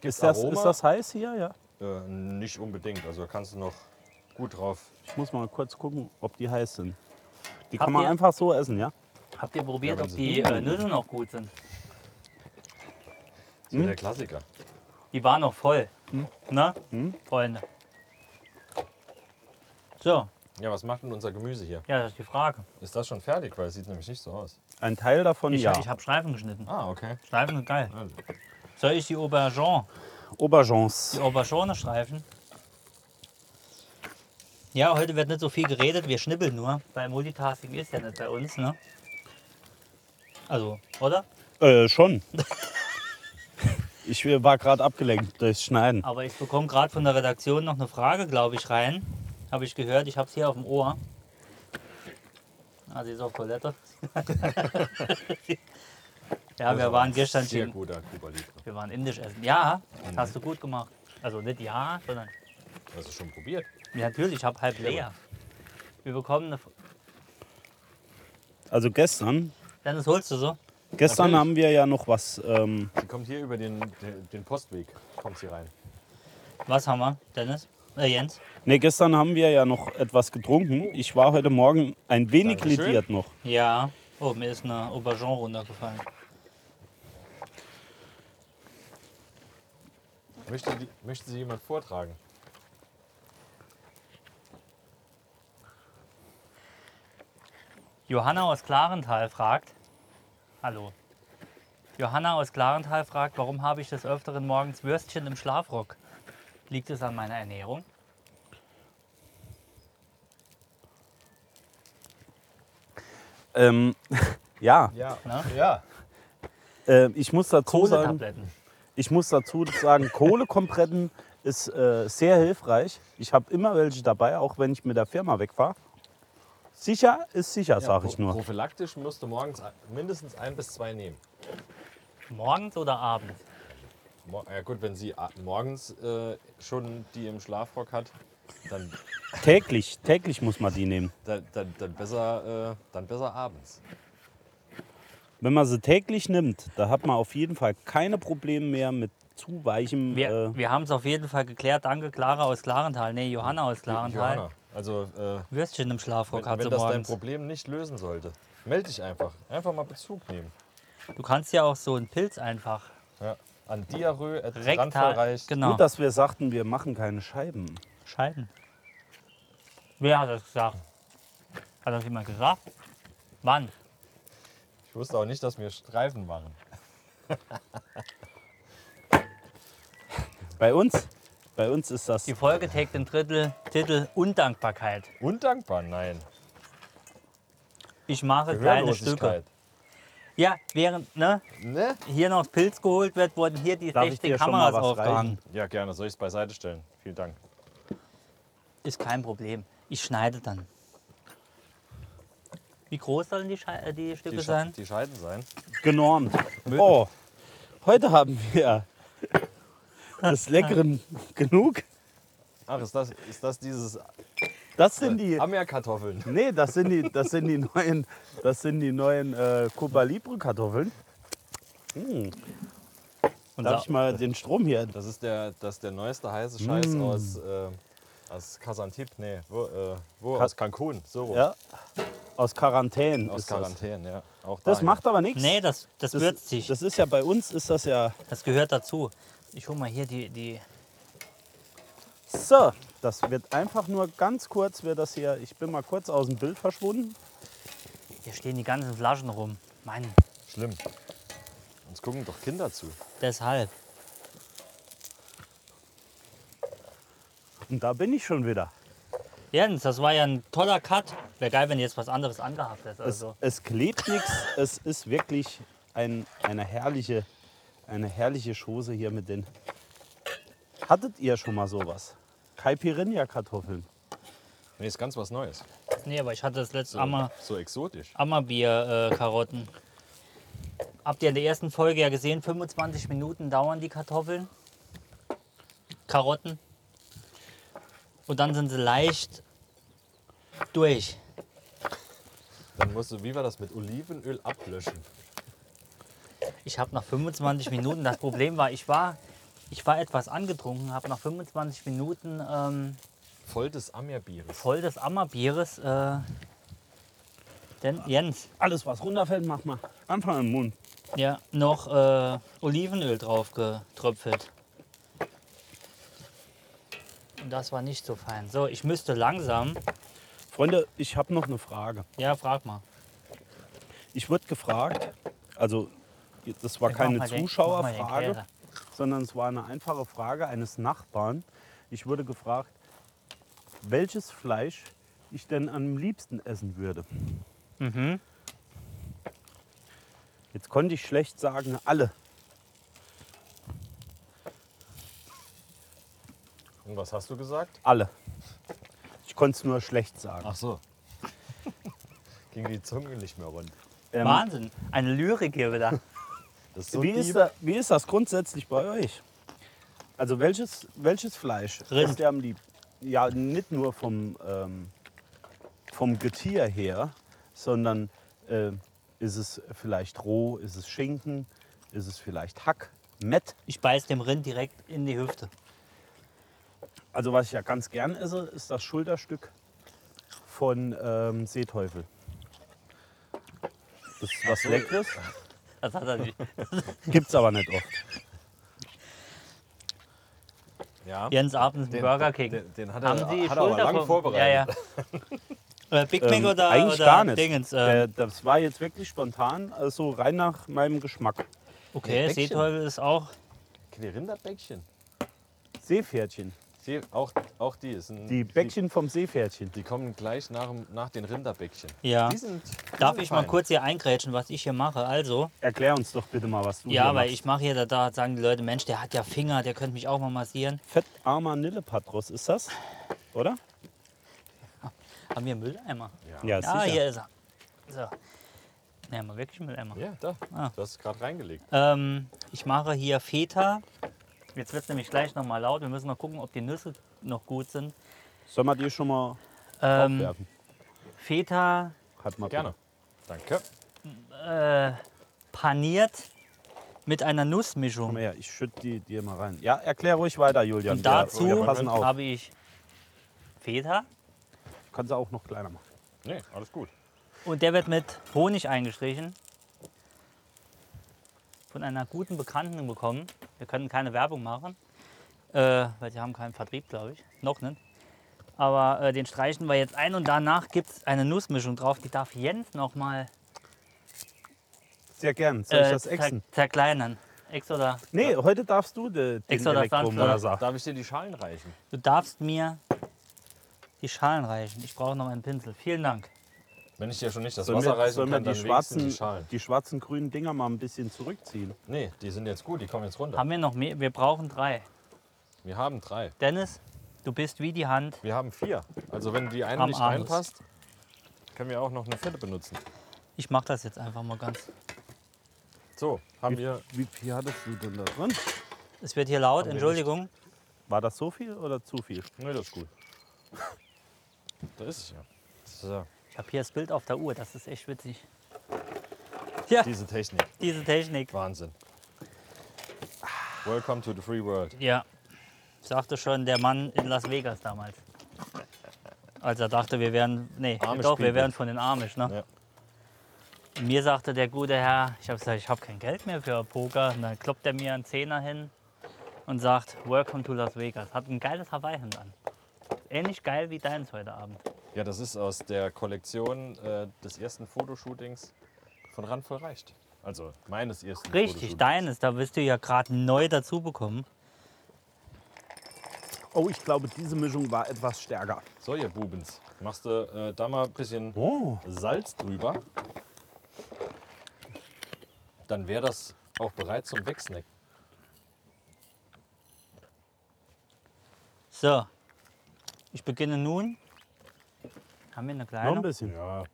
[SPEAKER 3] Gibt's
[SPEAKER 2] ist, das,
[SPEAKER 3] Aroma?
[SPEAKER 2] ist das heiß hier? Ja.
[SPEAKER 3] Äh, nicht unbedingt, also kannst du noch gut drauf.
[SPEAKER 2] Ich muss mal kurz gucken, ob die heiß sind. Die
[SPEAKER 1] Habt
[SPEAKER 2] kann man
[SPEAKER 1] ihr-
[SPEAKER 2] einfach so essen, ja?
[SPEAKER 1] Habt ihr probiert,
[SPEAKER 3] Ja,
[SPEAKER 1] ob
[SPEAKER 3] wenn
[SPEAKER 1] die äh, Nüsse noch gut sind?
[SPEAKER 3] Das
[SPEAKER 1] Hm?
[SPEAKER 3] ist ja der Klassiker.
[SPEAKER 1] Die war noch voll. Na, Freunde. So,
[SPEAKER 3] Ja, was macht denn unser Gemüse hier?
[SPEAKER 1] ja, das ist die Frage.
[SPEAKER 3] Ist das schon fertig? Weil es sieht nämlich nicht so aus.
[SPEAKER 2] Ein Teil davon,
[SPEAKER 1] Ich,
[SPEAKER 2] ja.
[SPEAKER 1] ich habe Streifen geschnitten.
[SPEAKER 3] Ah, okay.
[SPEAKER 1] Streifen sind geil.
[SPEAKER 3] Also,
[SPEAKER 1] Soll ich die Aubergine, die
[SPEAKER 2] Aubergines.
[SPEAKER 1] Aubergine streifen? Ja, heute wird nicht so viel geredet, wir schnippeln nur. Weil Multitasking ist ja nicht bei uns, ne? Also, oder?
[SPEAKER 2] Äh, schon. ich war gerade abgelenkt durchs Schneiden.
[SPEAKER 1] Aber ich bekomme gerade von der Redaktion noch eine Frage, glaube ich, rein. Habe ich gehört, ich habe es hier auf dem Ohr. Ah, sie ist auf Toilette. ja, wir waren gestern
[SPEAKER 3] Also Sehr
[SPEAKER 1] schon,
[SPEAKER 3] guter Cuba Libre.
[SPEAKER 1] wir waren indisch essen. Ja, hast du gut gemacht. Also nicht ja, sondern
[SPEAKER 3] Hast du Also schon probiert?
[SPEAKER 1] ja, natürlich, ich habe halb leer. Wir bekommen eine. F-
[SPEAKER 2] Also gestern,
[SPEAKER 1] Dennis, holst du so?
[SPEAKER 2] gestern
[SPEAKER 3] Natürlich.
[SPEAKER 2] haben wir ja noch was. Ähm,
[SPEAKER 3] Die kommt hier über den, den, den Postweg. Kommt sie rein.
[SPEAKER 1] Was haben wir, Dennis? Äh, Jens?
[SPEAKER 2] ne, gestern haben wir ja noch etwas getrunken. Ich war heute Morgen ein wenig
[SPEAKER 3] Dankeschön.
[SPEAKER 2] lediert noch.
[SPEAKER 1] Ja. Oh, mir ist eine Aubergine runtergefallen.
[SPEAKER 3] Möchte, die, möchte sie jemand vortragen?
[SPEAKER 1] Johanna aus Klarenthal fragt, hallo, Johanna aus Klarenthal fragt, warum habe ich des Öfteren morgens Würstchen im Schlafrock? Liegt es an meiner Ernährung?
[SPEAKER 2] Ähm, ja,
[SPEAKER 3] Ja.
[SPEAKER 1] Na?
[SPEAKER 3] Ja.
[SPEAKER 2] äh, ich muss dazu sagen,
[SPEAKER 1] Kohletabletten.
[SPEAKER 2] ich muss dazu sagen, Kohlekompretten ist äh, sehr hilfreich. Ich habe immer welche dabei, auch wenn ich mit der Firma wegfahre. Sicher ist sicher, sage ich
[SPEAKER 3] pro-
[SPEAKER 2] nur.
[SPEAKER 3] Prophylaktisch musst du morgens ein- mindestens ein bis zwei nehmen.
[SPEAKER 1] Morgens oder abends?
[SPEAKER 3] Mo ja gut, wenn sie a- morgens äh, schon die im Schlafrock hat, dann,
[SPEAKER 2] Täglich, täglich muss man die nehmen.
[SPEAKER 3] dann, dann, dann, besser, äh, dann besser abends.
[SPEAKER 2] Wenn man sie täglich nimmt, da hat man auf jeden Fall keine Probleme mehr mit zu weichem.
[SPEAKER 1] Wir,
[SPEAKER 2] äh,
[SPEAKER 1] wir haben es auf jeden Fall geklärt. Danke, Clara aus Klarenthal. Nee, Johanna aus Klarenthal.
[SPEAKER 3] Johanna, also äh,
[SPEAKER 1] Würstchen im Schlafrock
[SPEAKER 3] wenn,
[SPEAKER 1] hat sie
[SPEAKER 3] wenn das dein
[SPEAKER 1] morgens.
[SPEAKER 3] Problem nicht lösen sollte, melde dich einfach. Einfach mal Bezug nehmen.
[SPEAKER 1] Du kannst ja auch so einen Pilz einfach
[SPEAKER 3] Ja. An Diarrhoe,
[SPEAKER 1] rektal.
[SPEAKER 3] Randverreich.
[SPEAKER 1] Genau.
[SPEAKER 2] Gut, dass wir sagten, wir machen keine Scheiben.
[SPEAKER 1] Scheiden. Wer hat das gesagt? Hat das jemand gesagt? Wann?
[SPEAKER 3] Ich wusste auch nicht, dass wir Streifen machen.
[SPEAKER 2] Bei uns, bei uns ist das
[SPEAKER 1] Die Folge trägt den Drittel, Titel Undankbarkeit.
[SPEAKER 3] Undankbar? Nein.
[SPEAKER 1] Ich mache kleine Stücke. Ja, während ne,
[SPEAKER 3] Ne?
[SPEAKER 1] hier noch Pilz geholt wird, wurden hier die
[SPEAKER 2] Darf ich
[SPEAKER 1] 16
[SPEAKER 2] dir schon
[SPEAKER 1] Kameras
[SPEAKER 2] mal was
[SPEAKER 1] aufgehangen.
[SPEAKER 3] Ja, gerne. Soll ich es beiseite stellen? Vielen Dank.
[SPEAKER 1] Ist kein Problem. Ich schneide dann. Wie groß sollen die, Schei- äh, die Stücke
[SPEAKER 3] Die, Sche
[SPEAKER 1] sein?
[SPEAKER 3] die Scheiden sein.
[SPEAKER 2] genormt. Oh, heute haben wir des Leckeren genug.
[SPEAKER 3] Ach, ist das, ist das dieses
[SPEAKER 2] Das sind die.
[SPEAKER 3] Ammerkartoffeln?
[SPEAKER 2] Nee, das sind die, das sind die neuen, das sind die neuen äh, Cuba Libre Kartoffeln. Hm, darf ich
[SPEAKER 1] Unser,
[SPEAKER 2] mal den Strom hier?
[SPEAKER 3] Das ist der, das ist der neueste heiße Scheiß
[SPEAKER 2] Mm.
[SPEAKER 3] aus, äh, aus Kasantip. Nee, wo? Äh, wo?
[SPEAKER 2] Ka-
[SPEAKER 3] Aus Cancun. So rum.
[SPEAKER 2] Ja, aus Quarantäne.
[SPEAKER 3] Aus
[SPEAKER 2] ist das.
[SPEAKER 3] Quarantäne, ja. Auch
[SPEAKER 2] Das
[SPEAKER 3] daher.
[SPEAKER 2] macht aber nichts.
[SPEAKER 1] nee, das, das,
[SPEAKER 2] das,
[SPEAKER 1] würzt sich. Das,
[SPEAKER 2] das ist ja bei uns ist das ja
[SPEAKER 1] gehört dazu. Ich hole mal hier die, die.
[SPEAKER 2] so. Das wird einfach nur ganz kurz. Wird das hier? Ich bin mal kurz aus dem Bild verschwunden.
[SPEAKER 1] Hier stehen die ganzen Flaschen rum. Mann,
[SPEAKER 3] Schlimm. Uns gucken doch Kinder zu.
[SPEAKER 1] deshalb.
[SPEAKER 2] Und da bin ich schon wieder.
[SPEAKER 1] Jens, das war ja ein toller Cut. Wäre geil, wenn jetzt was anderes angehabt hättest.
[SPEAKER 2] Es,
[SPEAKER 1] Also.
[SPEAKER 2] es klebt nichts. Es ist wirklich ein, eine, herrliche, eine herrliche Chose hier mit den. Hattet ihr schon mal sowas? Caipirinha-Kartoffeln.
[SPEAKER 3] Nee, ist ganz was Neues.
[SPEAKER 1] Nee, aber ich hatte das letzte
[SPEAKER 3] So,
[SPEAKER 1] Ammer,
[SPEAKER 3] so exotisch.
[SPEAKER 1] Ammerbier-Karotten. Habt ihr in der ersten Folge ja gesehen, 25 Minuten dauern die Kartoffeln. Karotten. Und dann sind sie leicht durch.
[SPEAKER 3] Dann musst du, wie war das, mit Olivenöl ablöschen.
[SPEAKER 1] Ich habe nach 25 Minuten, das Problem war, ich war, ich war etwas angetrunken, habe nach 25 Minuten ähm,
[SPEAKER 3] Voll des Ammerbieres.
[SPEAKER 1] voll des Ammerbieres. Äh, denn Jens,
[SPEAKER 2] Alles, was runterfällt, mach mal. Anfang im Mund.
[SPEAKER 1] ja, noch äh, Olivenöl drauf getröpfelt. Und das war nicht so fein. So, ich müsste langsam.
[SPEAKER 2] Freunde, ich habe noch eine Frage.
[SPEAKER 1] Ja, frag mal.
[SPEAKER 2] Ich wurde gefragt, also das war
[SPEAKER 1] Mach
[SPEAKER 2] keine
[SPEAKER 1] mal den- mach mal den
[SPEAKER 2] Zuschauerfrage,
[SPEAKER 1] Käse.
[SPEAKER 2] sondern es war eine einfache Frage eines Nachbarn. Ich wurde gefragt, welches Fleisch ich denn am liebsten essen würde.
[SPEAKER 1] Mhm.
[SPEAKER 2] Jetzt konnte ich schlecht sagen, alle.
[SPEAKER 3] Und was hast du gesagt?
[SPEAKER 2] Alle. Ich konnte es nur schlecht sagen.
[SPEAKER 3] Ach so. Ging die Zunge nicht mehr rund.
[SPEAKER 2] Ähm,
[SPEAKER 1] Wahnsinn, eine Lyrik hier wieder.
[SPEAKER 3] Das ist so
[SPEAKER 2] wie,
[SPEAKER 3] deep.
[SPEAKER 2] ist da, wie ist das grundsätzlich bei euch? Also welches, welches Fleisch
[SPEAKER 1] Rind.
[SPEAKER 2] ist ihr am lieb? Ja, nicht nur vom, ähm, vom Getier her, sondern äh, ist es vielleicht roh, ist es Schinken, ist es vielleicht Hack, Mett?
[SPEAKER 1] Ich beiß dem Rind direkt in die Hüfte.
[SPEAKER 2] Also was ich ja ganz gern esse, ist das Schulterstück von ähm, Seeteufel. Das ist was Leckeres,
[SPEAKER 1] Das hat er nicht.
[SPEAKER 2] gibt es aber nicht oft.
[SPEAKER 3] Ja.
[SPEAKER 1] Jens abends
[SPEAKER 3] Den-
[SPEAKER 1] Burger King.
[SPEAKER 3] Den, den hat er,
[SPEAKER 1] Haben Sie
[SPEAKER 3] hat er aber
[SPEAKER 1] Schulter
[SPEAKER 3] lang
[SPEAKER 1] vom-
[SPEAKER 3] vorbereitet.
[SPEAKER 1] Ja, ja. Äh, Big Mac
[SPEAKER 2] Ähm,
[SPEAKER 1] oder,
[SPEAKER 2] eigentlich
[SPEAKER 1] oder
[SPEAKER 2] gar nicht.
[SPEAKER 1] Dingens? Äh,
[SPEAKER 2] Äh, das war jetzt wirklich spontan, also rein nach meinem Geschmack.
[SPEAKER 1] okay,
[SPEAKER 3] Bäckchen.
[SPEAKER 1] Seeteufel ist auch.
[SPEAKER 3] Die Rinderbäckchen.
[SPEAKER 2] Seepferdchen.
[SPEAKER 3] Sie, auch, auch die. Sind,
[SPEAKER 2] Die Bäckchen vom Seepferdchen.
[SPEAKER 3] Die, die kommen gleich nach, dem- nach den Rinderbäckchen.
[SPEAKER 1] Ja.
[SPEAKER 3] Die sind, die
[SPEAKER 1] Darf
[SPEAKER 3] sind
[SPEAKER 1] ich mal
[SPEAKER 3] fein.
[SPEAKER 1] kurz hier eingrätschen, was ich hier mache? Also,
[SPEAKER 2] Erklär uns doch bitte mal, was du
[SPEAKER 1] ja,
[SPEAKER 2] hier
[SPEAKER 1] weil
[SPEAKER 2] machst.
[SPEAKER 1] ich mache hier, da, da sagen die Leute, Mensch, der hat ja Finger, der könnte mich auch mal massieren.
[SPEAKER 2] Fettarmer Nillepatros ist das, oder?
[SPEAKER 1] Haben wir einen Mülleimer?
[SPEAKER 3] Ja, ja.
[SPEAKER 1] Ja,
[SPEAKER 2] Ja, sicher.
[SPEAKER 1] hier ist er. So. Ne, haben wir wirklich einen Mülleimer.
[SPEAKER 3] da.
[SPEAKER 1] Ah.
[SPEAKER 3] Du hast es gerade reingelegt.
[SPEAKER 1] Ähm, ich mache hier Feta. Jetzt wird es nämlich gleich nochmal laut. Wir müssen noch gucken, ob die Nüsse noch gut sind.
[SPEAKER 2] Sollen wir die schon mal
[SPEAKER 1] Ähm,
[SPEAKER 2] aufwerfen?
[SPEAKER 1] Feta
[SPEAKER 2] Hat mal
[SPEAKER 3] Gerne.
[SPEAKER 2] Bock.
[SPEAKER 3] Danke.
[SPEAKER 1] äh, paniert mit einer Nussmischung.
[SPEAKER 2] Komm her, ich schütte die dir mal rein. Ja, erklär ruhig weiter, Julian.
[SPEAKER 1] Und dazu
[SPEAKER 2] Wir, wir passen auf.
[SPEAKER 1] habe ich Feta
[SPEAKER 2] Kannst du auch noch kleiner machen.
[SPEAKER 3] Nee, alles gut.
[SPEAKER 1] und der wird mit Honig eingestrichen. von einer guten Bekannten bekommen. Wir können keine Werbung machen, äh, weil sie haben keinen Vertrieb, glaube ich. Noch nicht. Aber äh, den streichen wir jetzt ein und danach gibt es eine Nussmischung drauf. Die darf Jens äh, nochmal
[SPEAKER 2] Sehr gern. Soll ich
[SPEAKER 1] äh,
[SPEAKER 2] das
[SPEAKER 1] zer
[SPEAKER 2] exen?
[SPEAKER 1] zerkleinern. Ex oder?
[SPEAKER 2] Nee, heute darfst du de, den
[SPEAKER 1] Extra das
[SPEAKER 2] Elektromaser.
[SPEAKER 3] Darf ich dir die Schalen reichen?
[SPEAKER 1] Du darfst mir die Schalen reichen. Ich brauche noch einen Pinsel. Vielen Dank.
[SPEAKER 3] Wenn ich dir schon nicht das
[SPEAKER 2] Sollen
[SPEAKER 3] Wasser
[SPEAKER 2] wir,
[SPEAKER 3] reichen
[SPEAKER 2] sollen wir
[SPEAKER 3] kann,
[SPEAKER 2] die,
[SPEAKER 3] dann
[SPEAKER 2] schwarzen,
[SPEAKER 3] schwarzen, die
[SPEAKER 2] die,
[SPEAKER 3] Schalen.
[SPEAKER 2] schwarzen grünen Dinger mal ein bisschen zurückziehen?
[SPEAKER 3] Nee, die sind jetzt gut, die kommen jetzt runter.
[SPEAKER 1] Haben wir noch mehr? Wir brauchen drei.
[SPEAKER 3] Wir haben drei.
[SPEAKER 1] Dennis, du bist wie die Hand.
[SPEAKER 3] Wir haben vier. Also wenn die eine
[SPEAKER 1] Am
[SPEAKER 3] nicht
[SPEAKER 1] Abend.
[SPEAKER 3] reinpasst, können wir auch noch eine vierte benutzen.
[SPEAKER 1] Ich mache das jetzt einfach mal ganz.
[SPEAKER 3] So, haben wir
[SPEAKER 2] Wie viel hattest du denn da drin?
[SPEAKER 1] Es wird hier laut,
[SPEAKER 3] Haben wir
[SPEAKER 1] Entschuldigung.
[SPEAKER 2] War das so viel oder zu viel?
[SPEAKER 3] Nee, das ist gut. Da ist es ja. So,
[SPEAKER 1] Ich habe hier das Bild auf der Uhr, das ist echt witzig. Ja,
[SPEAKER 3] diese Technik.
[SPEAKER 1] diese Technik.
[SPEAKER 3] Wahnsinn. Welcome to the free world.
[SPEAKER 1] Ja, sagte schon der Mann in Las Vegas damals. Als er dachte, wir wären, nee,
[SPEAKER 3] Amish
[SPEAKER 1] doch, wir
[SPEAKER 3] people.
[SPEAKER 1] wären von den Amish, ne? Mir sagte der gute Herr, ich habe gesagt, ich habe kein Geld mehr für Poker. Und dann kloppt er mir einen Zehner hin und sagt, Welcome to Las Vegas. Hat ein geiles Hawaii-Hemd an. Ähnlich geil wie deins heute Abend.
[SPEAKER 3] Ja, das ist aus der Kollektion äh, des ersten Fotoshootings von Randvoll Reicht. Also meines ersten
[SPEAKER 1] Richtig,
[SPEAKER 3] Fotoshootings.
[SPEAKER 1] deines. Da bist du ja gerade neu dazu bekommen.
[SPEAKER 2] Oh, ich glaube, diese Mischung war etwas stärker.
[SPEAKER 3] So, ihr Bubens, machst du äh, da mal ein bisschen
[SPEAKER 2] Oh.
[SPEAKER 3] Salz drüber. Dann wäre das auch bereit zum Wegsnack.
[SPEAKER 1] So, ich beginne nun. Haben wir eine
[SPEAKER 2] Noch ein
[SPEAKER 1] kleine? Ah,
[SPEAKER 2] bisschen.
[SPEAKER 3] Ja,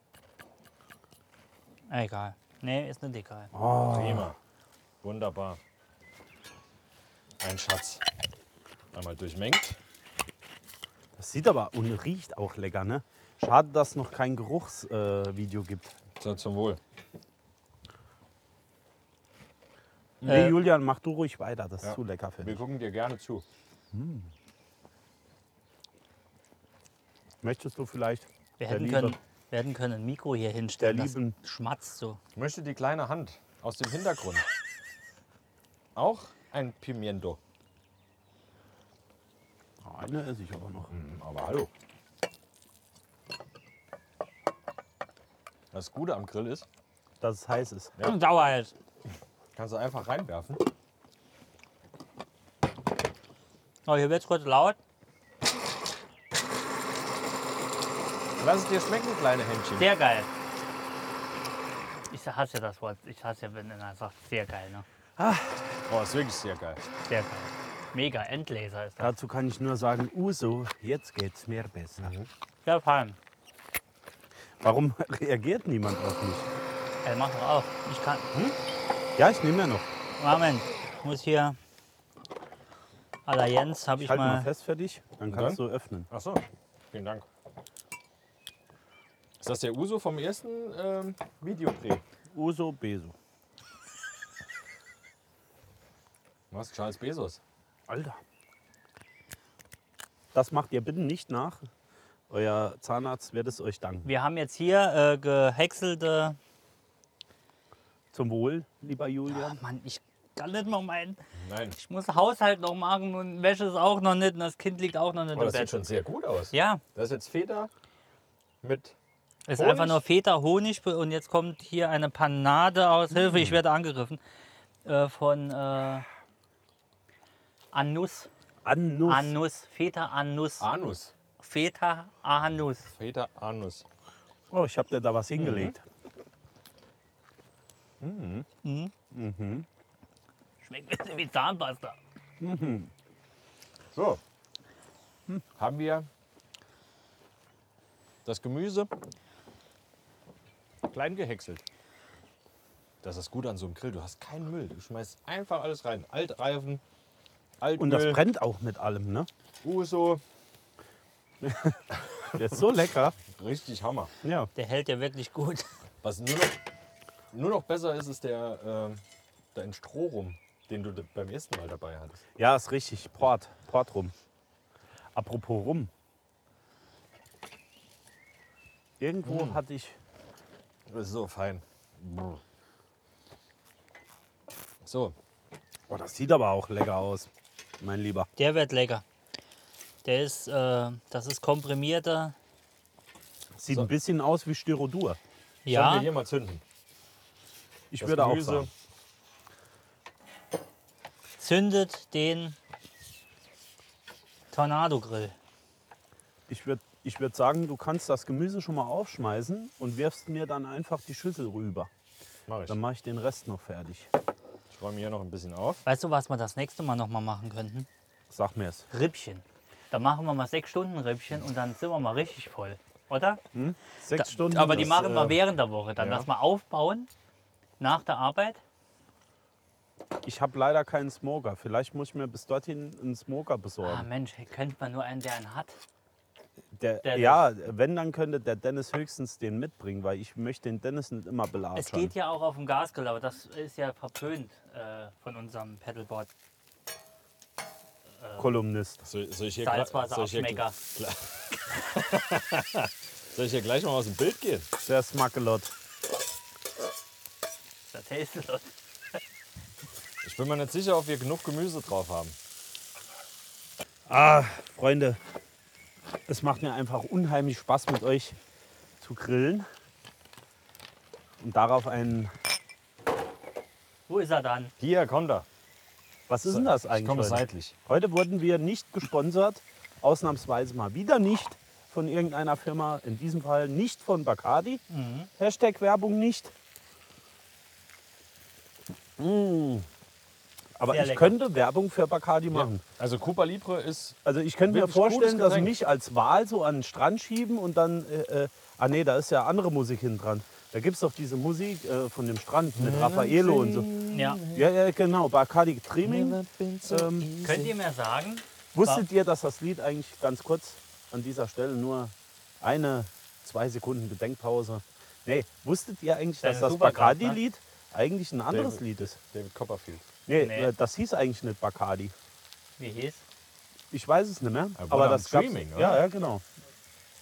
[SPEAKER 1] Egal. Nee, ist nicht egal.
[SPEAKER 2] Oh, Ah,
[SPEAKER 3] prima. Wunderbar. Ein Schatz. Einmal durchmengt.
[SPEAKER 2] Das sieht aber und riecht auch lecker, ne? Schade, dass es noch kein Geruchsvideo äh, Video gibt.
[SPEAKER 3] So, zum Wohl.
[SPEAKER 2] Nee,
[SPEAKER 1] Äh,
[SPEAKER 2] Julian, mach du ruhig weiter. Das ist
[SPEAKER 3] Ja.
[SPEAKER 2] zu lecker für
[SPEAKER 3] Wir
[SPEAKER 2] mich.
[SPEAKER 3] gucken dir gerne zu.
[SPEAKER 2] Möchtest du vielleicht
[SPEAKER 1] Wir
[SPEAKER 2] der
[SPEAKER 1] hätten,
[SPEAKER 2] Liebe.
[SPEAKER 1] können, wir hätten können ein Mikro hier hinstellen.
[SPEAKER 2] Der
[SPEAKER 1] Das
[SPEAKER 2] Lieben.
[SPEAKER 1] schmatzt so.
[SPEAKER 3] Ich möchte die kleine Hand aus dem Hintergrund. Auch ein Pimiento.
[SPEAKER 2] Oh, eine esse ich aber noch.
[SPEAKER 3] Aber hallo. Das Gute am Grill ist,
[SPEAKER 2] Dass es heiß ist.
[SPEAKER 3] Ja.
[SPEAKER 1] Und sauer ist.
[SPEAKER 3] kannst du einfach reinwerfen.
[SPEAKER 1] Oh, hier wird es kurz laut.
[SPEAKER 3] Lass es dir schmecken, kleine Händchen.
[SPEAKER 1] Sehr geil. Ich hasse ja das Wort. Ich hasse ja, wenn einer sagt, sehr geil, ne?
[SPEAKER 3] Oh, ist wirklich sehr geil.
[SPEAKER 1] Sehr geil. Mega, Endlaser ist das.
[SPEAKER 2] Dazu kann ich nur sagen, Uso, jetzt geht's mir besser.
[SPEAKER 1] Ja, fahren.
[SPEAKER 2] Warum reagiert niemand auf mich?
[SPEAKER 1] Ey, mach doch auf. Ich kann.
[SPEAKER 2] Ja, ich nehme ja noch.
[SPEAKER 1] Moment. Ich muss hier. À la Jens habe ich
[SPEAKER 2] Ich halte Halt mal
[SPEAKER 1] mal.
[SPEAKER 2] fest für dich, dann kannst du öffnen.
[SPEAKER 3] Ach so, vielen Dank. Ist das der Uso vom ersten ähm, Videodreh?
[SPEAKER 2] Uso, Beso.
[SPEAKER 3] Was? Charles Bezos.
[SPEAKER 2] Alter. Das macht ihr bitte nicht nach. Euer Zahnarzt wird es euch danken.
[SPEAKER 1] Wir haben jetzt hier äh, gehäckselte.
[SPEAKER 2] Zum Wohl, lieber
[SPEAKER 1] Ach,
[SPEAKER 2] Julian.
[SPEAKER 1] Mann, ich kann nicht mal meinen.
[SPEAKER 3] Nein,
[SPEAKER 1] Ich muss Haushalt noch machen und Wäsche ist auch noch nicht und das Kind liegt auch noch nicht
[SPEAKER 3] oh,
[SPEAKER 1] im
[SPEAKER 3] das sieht
[SPEAKER 1] Bett.
[SPEAKER 3] schon sehr gut aus.
[SPEAKER 1] Ja,
[SPEAKER 3] Das ist jetzt Feder mit
[SPEAKER 1] ist
[SPEAKER 3] Honig?
[SPEAKER 1] einfach nur Feta, Honig be- und jetzt kommt hier eine Panade aus. Hilfe,
[SPEAKER 3] Mhm.
[SPEAKER 1] ich werde angegriffen. Äh, von äh, Anus.
[SPEAKER 2] Annus.
[SPEAKER 1] Anus. Feta Anus.
[SPEAKER 3] Anus.
[SPEAKER 1] Feta Anus.
[SPEAKER 3] Feder Anus.
[SPEAKER 2] Oh, ich habe dir da
[SPEAKER 3] Mhm.
[SPEAKER 2] was hingelegt.
[SPEAKER 1] Schmeckt ein bisschen wie Zahnpasta.
[SPEAKER 3] So. Haben wir das Gemüse klein gehäckselt. Das ist gut an so einem Grill. Du hast keinen Müll. Du schmeißt einfach alles rein. Altreifen, Altmüll,
[SPEAKER 2] Und das brennt auch mit allem, ne?
[SPEAKER 3] Uso.
[SPEAKER 2] Der ist so lecker.
[SPEAKER 3] Richtig Hammer.
[SPEAKER 2] Ja.
[SPEAKER 1] Der hält ja wirklich gut.
[SPEAKER 3] Was nur noch, nur noch besser ist, ist der, ähm, dein Stroh rum, den du beim ersten Mal dabei hattest.
[SPEAKER 2] Ja, ist richtig. Port. Port rum. Apropos rum. Irgendwo
[SPEAKER 3] Mhm.
[SPEAKER 2] hatte ich
[SPEAKER 3] Das ist so fein. Brr. So,
[SPEAKER 2] Oh, das sieht aber auch lecker aus, mein Lieber.
[SPEAKER 1] Der wird lecker. Der ist, äh, das ist komprimierter.
[SPEAKER 2] Sieht
[SPEAKER 3] So.
[SPEAKER 2] ein bisschen aus wie Styrodur.
[SPEAKER 3] sollen
[SPEAKER 1] Ja,
[SPEAKER 3] wir hier mal zünden.
[SPEAKER 2] Ich
[SPEAKER 3] Das
[SPEAKER 2] würde auch
[SPEAKER 3] Gemüse.
[SPEAKER 2] sagen.
[SPEAKER 1] zündet den Tornado-Grill.
[SPEAKER 2] Ich würde ich würd sagen, du kannst das Gemüse schon mal aufschmeißen und wirfst mir dann einfach die Schüssel rüber.
[SPEAKER 3] Mach ich.
[SPEAKER 2] Dann mache ich den Rest noch fertig.
[SPEAKER 3] Ich räume hier noch ein bisschen auf.
[SPEAKER 1] Weißt du, was wir das nächste Mal nochmal machen könnten?
[SPEAKER 2] Sag mir's.
[SPEAKER 1] Rippchen. Da machen wir mal sechs Stunden Rippchen und dann sind wir mal richtig voll. Oder?
[SPEAKER 2] Sechs
[SPEAKER 1] Da-
[SPEAKER 2] Stunden.
[SPEAKER 1] Aber die
[SPEAKER 2] das,
[SPEAKER 1] machen wir
[SPEAKER 2] äh,
[SPEAKER 1] während der Woche. Dann
[SPEAKER 3] ja.
[SPEAKER 1] lass mal aufbauen nach der Arbeit.
[SPEAKER 2] Ich habe leider keinen Smoker. Vielleicht muss ich mir bis dorthin einen Smoker
[SPEAKER 1] Ah
[SPEAKER 2] besorgen.
[SPEAKER 1] Mensch, hier könnte man nur einen, der einen hat.
[SPEAKER 2] Der,
[SPEAKER 1] Ah, Dennis.
[SPEAKER 2] ja, wenn, dann könnte der Dennis höchstens den mitbringen, weil ich möchte den Dennis nicht immer belatschern.
[SPEAKER 1] Es geht ja auch auf dem Gasgrill, aber das ist ja verpönt äh, von unserem Pedalboard.
[SPEAKER 2] Kolumnist.
[SPEAKER 3] Soll, soll ich hier gla- soll ich hier gl-
[SPEAKER 1] Salzwasserabschmecker.
[SPEAKER 3] Soll ich hier gleich mal aus dem Bild gehen?
[SPEAKER 2] Der Smackelot.
[SPEAKER 1] Der Tastelot.
[SPEAKER 3] Ich bin mir nicht sicher, ob wir genug Gemüse drauf haben.
[SPEAKER 2] Ah, Freunde, es macht mir einfach unheimlich Spaß mit euch zu grillen und darauf einen.
[SPEAKER 1] Wo ist er dann?
[SPEAKER 3] Hier, komm da.
[SPEAKER 2] Was ist denn das
[SPEAKER 3] Ich komme
[SPEAKER 2] eigentlich? Heute?
[SPEAKER 3] seitlich.
[SPEAKER 2] heute wurden wir nicht gesponsert, ausnahmsweise mal wieder nicht von irgendeiner Firma, in diesem Fall nicht von Bacardi.
[SPEAKER 3] Mhm.
[SPEAKER 2] Hashtag Werbung nicht. Mm. Aber
[SPEAKER 1] Sehr
[SPEAKER 2] ich
[SPEAKER 1] lecker.
[SPEAKER 2] könnte Werbung für Bacardi machen.
[SPEAKER 3] Also Cuba Libre ist
[SPEAKER 2] Also ich könnte mir
[SPEAKER 3] Wirklich gutes
[SPEAKER 2] vorstellen, dass sie
[SPEAKER 3] Getränk.
[SPEAKER 2] mich als Wal so an den Strand schieben und dann, äh, äh, ah nee, da ist ja andere Musik hinten dran. Da gibt es doch diese Musik äh, von dem Strand mit Raffaello und so.
[SPEAKER 1] Ja.
[SPEAKER 2] Ja, ja, genau, Bacardi Streaming.
[SPEAKER 3] ähm,
[SPEAKER 1] Könnt ihr mir sagen,
[SPEAKER 2] Wusstet ihr, dass das Lied eigentlich ganz kurz an dieser Stelle nur eine, zwei Sekunden Bedenkpause. Nee, wusstet ihr eigentlich,
[SPEAKER 1] Deine
[SPEAKER 2] dass das
[SPEAKER 1] Superkraft,
[SPEAKER 2] Bacardi-Lied eigentlich ein anderes
[SPEAKER 3] David.
[SPEAKER 2] Lied ist?
[SPEAKER 3] David Copperfield.
[SPEAKER 2] Nee,
[SPEAKER 1] Nee.
[SPEAKER 2] äh, das hieß eigentlich nicht Bacardi.
[SPEAKER 1] wie hieß?
[SPEAKER 2] Ich weiß es nicht mehr.
[SPEAKER 3] Aber
[SPEAKER 2] Aber,
[SPEAKER 3] wurde am
[SPEAKER 2] das gab's-
[SPEAKER 3] Streaming, oder?
[SPEAKER 2] Ja, ja, genau.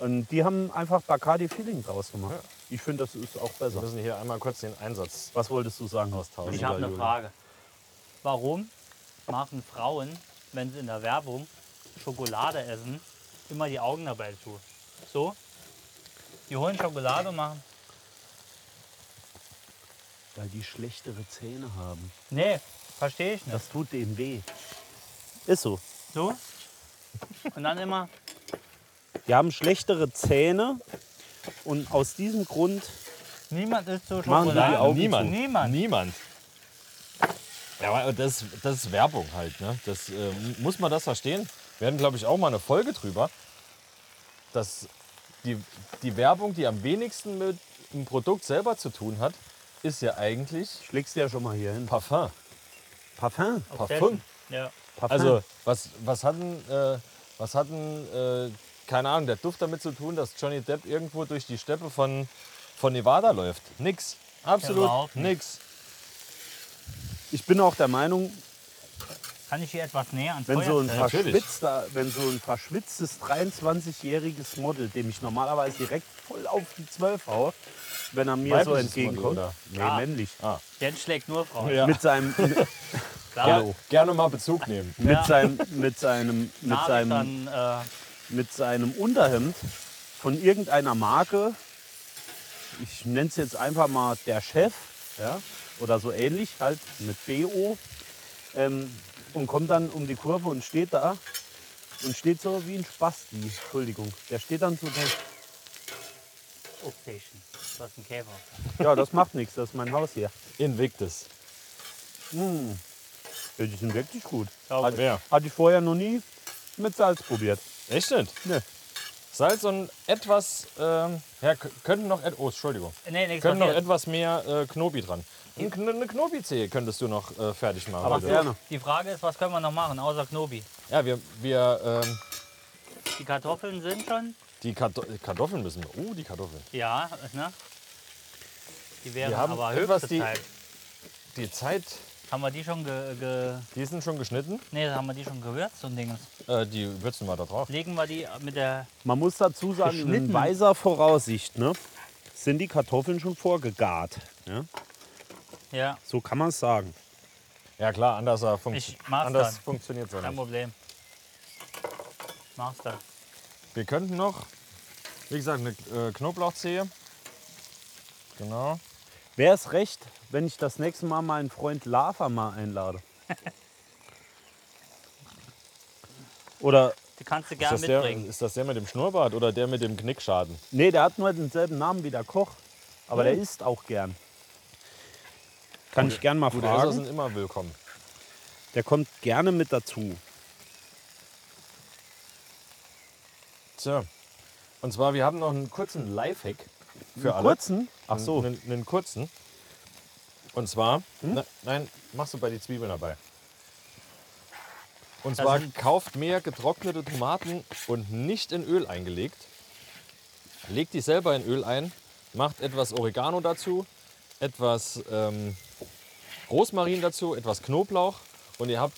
[SPEAKER 2] Und die haben einfach Bacardi Feeling draus gemacht.
[SPEAKER 3] Ja.
[SPEAKER 2] Ich finde, das ist auch
[SPEAKER 3] Wir
[SPEAKER 2] besser.
[SPEAKER 3] müssen hier einmal kurz den Einsatz.
[SPEAKER 2] Was wolltest du sagen, Horst Tausend?
[SPEAKER 1] Ich habe eine Frage. Warum machen Frauen, wenn sie in der Werbung Schokolade essen, immer die Augen dabei zu? So? Die holen Schokolade und machen.
[SPEAKER 2] Weil die schlechtere Zähne haben.
[SPEAKER 1] Nee, verstehe ich nicht.
[SPEAKER 2] Das tut denen weh. Ist so.
[SPEAKER 1] So? Und dann immer.
[SPEAKER 2] Die haben schlechtere Zähne und aus diesem Grund
[SPEAKER 1] Niemand isst so
[SPEAKER 2] Machen die
[SPEAKER 1] Schokolade.
[SPEAKER 2] die Augen
[SPEAKER 1] Niemand.
[SPEAKER 2] zu?
[SPEAKER 1] Niemand.
[SPEAKER 3] Niemand. Ja, aber das, das ist Werbung halt. Ne? Das, äh, muss man das verstehen? Wir hatten, glaube ich, auch mal eine Folge drüber, dass die, die Werbung, die am wenigsten mit dem Produkt selber zu tun hat, ist ja eigentlich
[SPEAKER 2] schlägst du ja schon mal hier hin.
[SPEAKER 3] Parfum.
[SPEAKER 2] Parfum.
[SPEAKER 3] Parfum.
[SPEAKER 1] Ja.
[SPEAKER 2] Parfum.
[SPEAKER 3] Also, was, was hatten, äh, was hatten äh, keine Ahnung, der Duft damit zu tun, dass Johnny Depp irgendwo durch die Steppe von, von Nevada läuft? Nix. Absolut
[SPEAKER 1] Überhaupt nicht.
[SPEAKER 3] nix.
[SPEAKER 2] ich bin auch der Meinung,
[SPEAKER 1] Kann ich hier etwas näher ans
[SPEAKER 2] Wenn
[SPEAKER 1] Feuer
[SPEAKER 2] so, ein
[SPEAKER 1] stellen?
[SPEAKER 3] natürlich.
[SPEAKER 2] verschwitzter, wenn so ein verschwitztes 23-jähriges Model, dem ich normalerweise direkt voll auf die 12 haue, wenn er mir so
[SPEAKER 3] Weibliches
[SPEAKER 2] entgegenkommt,
[SPEAKER 3] Model, oder?
[SPEAKER 2] nee,
[SPEAKER 1] Ja.
[SPEAKER 2] männlich,
[SPEAKER 3] Ah,
[SPEAKER 1] Jens schlägt nur Frauen.
[SPEAKER 3] ja.
[SPEAKER 2] mit seinem,
[SPEAKER 1] Klar.
[SPEAKER 3] ja, gerne mal Bezug nehmen.
[SPEAKER 1] Ja.
[SPEAKER 2] mit seinem, mit seinem, mit
[SPEAKER 1] Nach
[SPEAKER 2] seinem,
[SPEAKER 1] dann, äh,
[SPEAKER 2] mit seinem Unterhemd von irgendeiner Marke, ich nenne es jetzt einfach mal der Chef, ja, oder so ähnlich, halt mit BO, ähm, und kommt dann um die Kurve und steht da und steht so wie ein Spasti, Entschuldigung. Der steht dann so, da.
[SPEAKER 1] oh, Obstation. Du hast einen Käfer.
[SPEAKER 2] ja, das macht nichts, das ist mein Haus hier.
[SPEAKER 3] Invictus.
[SPEAKER 2] Ja, die sind wirklich gut.
[SPEAKER 1] Glaub
[SPEAKER 2] Hat-
[SPEAKER 1] ich.
[SPEAKER 3] Wer?
[SPEAKER 2] Hatte ich vorher noch nie mit Salz probiert.
[SPEAKER 3] Echt nicht?
[SPEAKER 2] Ne.
[SPEAKER 3] Salz und etwas, ähm, ja, k- könnten noch, et oh, Entschuldigung,
[SPEAKER 1] Nee, nichts
[SPEAKER 3] könnten noch
[SPEAKER 1] passiert.
[SPEAKER 3] etwas mehr äh, Knobi dran. Ein Kn- Eine Knobi-Zehe könntest du noch äh, fertig machen.
[SPEAKER 2] Aber
[SPEAKER 3] heute.
[SPEAKER 2] gerne.
[SPEAKER 1] Die Frage ist, was können wir noch machen, außer Knobi?
[SPEAKER 3] Ja, wir, wir ähm,
[SPEAKER 1] Die Kartoffeln sind schon.
[SPEAKER 3] die Karto Kartoffeln müssen wir. Uh, die Kartoffeln.
[SPEAKER 1] Ja, ne? Die wären
[SPEAKER 3] Wir haben
[SPEAKER 1] aber
[SPEAKER 3] etwas
[SPEAKER 1] höchste
[SPEAKER 3] die-
[SPEAKER 1] Zeit.
[SPEAKER 3] Die Zeit,
[SPEAKER 1] Haben wir die schon ge, ge
[SPEAKER 3] die sind schon geschnitten.
[SPEAKER 1] nee, haben wir die schon gewürzt und Dingens.
[SPEAKER 3] Äh, die würzen wir da drauf.
[SPEAKER 1] Legen wir die mit der
[SPEAKER 2] Man muss dazu sagen, in
[SPEAKER 1] Geschnitten.
[SPEAKER 2] weiser Voraussicht ne, sind die Kartoffeln schon vorgegart. Ja?
[SPEAKER 1] ja,
[SPEAKER 2] So kann man es sagen.
[SPEAKER 3] Ja klar, anders, äh, funkt
[SPEAKER 1] Ich mach's
[SPEAKER 3] anders
[SPEAKER 1] dann.
[SPEAKER 3] funktioniert es
[SPEAKER 1] Kein
[SPEAKER 3] nicht.
[SPEAKER 1] Problem. Mach's dann.
[SPEAKER 3] Wir könnten noch, wie gesagt, eine äh, Knoblauchzehe. Genau.
[SPEAKER 2] Wäre es recht, wenn ich das nächste Mal meinen Freund Lava mal einlade? Oder,
[SPEAKER 1] Die kannst du
[SPEAKER 3] Ist
[SPEAKER 1] gerne
[SPEAKER 3] das, der,
[SPEAKER 1] mitbringen.
[SPEAKER 3] ist das der mit dem Schnurrbart oder der mit dem Knickschaden?
[SPEAKER 2] nee, der hat nur denselben Namen wie der Koch, aber
[SPEAKER 3] Hm.
[SPEAKER 2] der isst auch gern. Kann ich gern mal
[SPEAKER 3] Gute Esser
[SPEAKER 2] fragen.
[SPEAKER 3] sind immer willkommen.
[SPEAKER 2] Der kommt gerne mit dazu.
[SPEAKER 3] Tja. Und zwar, wir haben noch einen kurzen Lifehack für alle.
[SPEAKER 2] Kurzen? Ach so. Hm?
[SPEAKER 3] Einen, einen kurzen. Und zwar, ne- nein, machst du bei die Zwiebeln dabei. Und
[SPEAKER 1] Das
[SPEAKER 3] zwar
[SPEAKER 1] sind-
[SPEAKER 3] kauft mehr getrocknete Tomaten und nicht in Öl eingelegt. Legt die selber in Öl ein, macht etwas Oregano dazu, etwas ähm, Rosmarin dazu, etwas Knoblauch und ihr habt,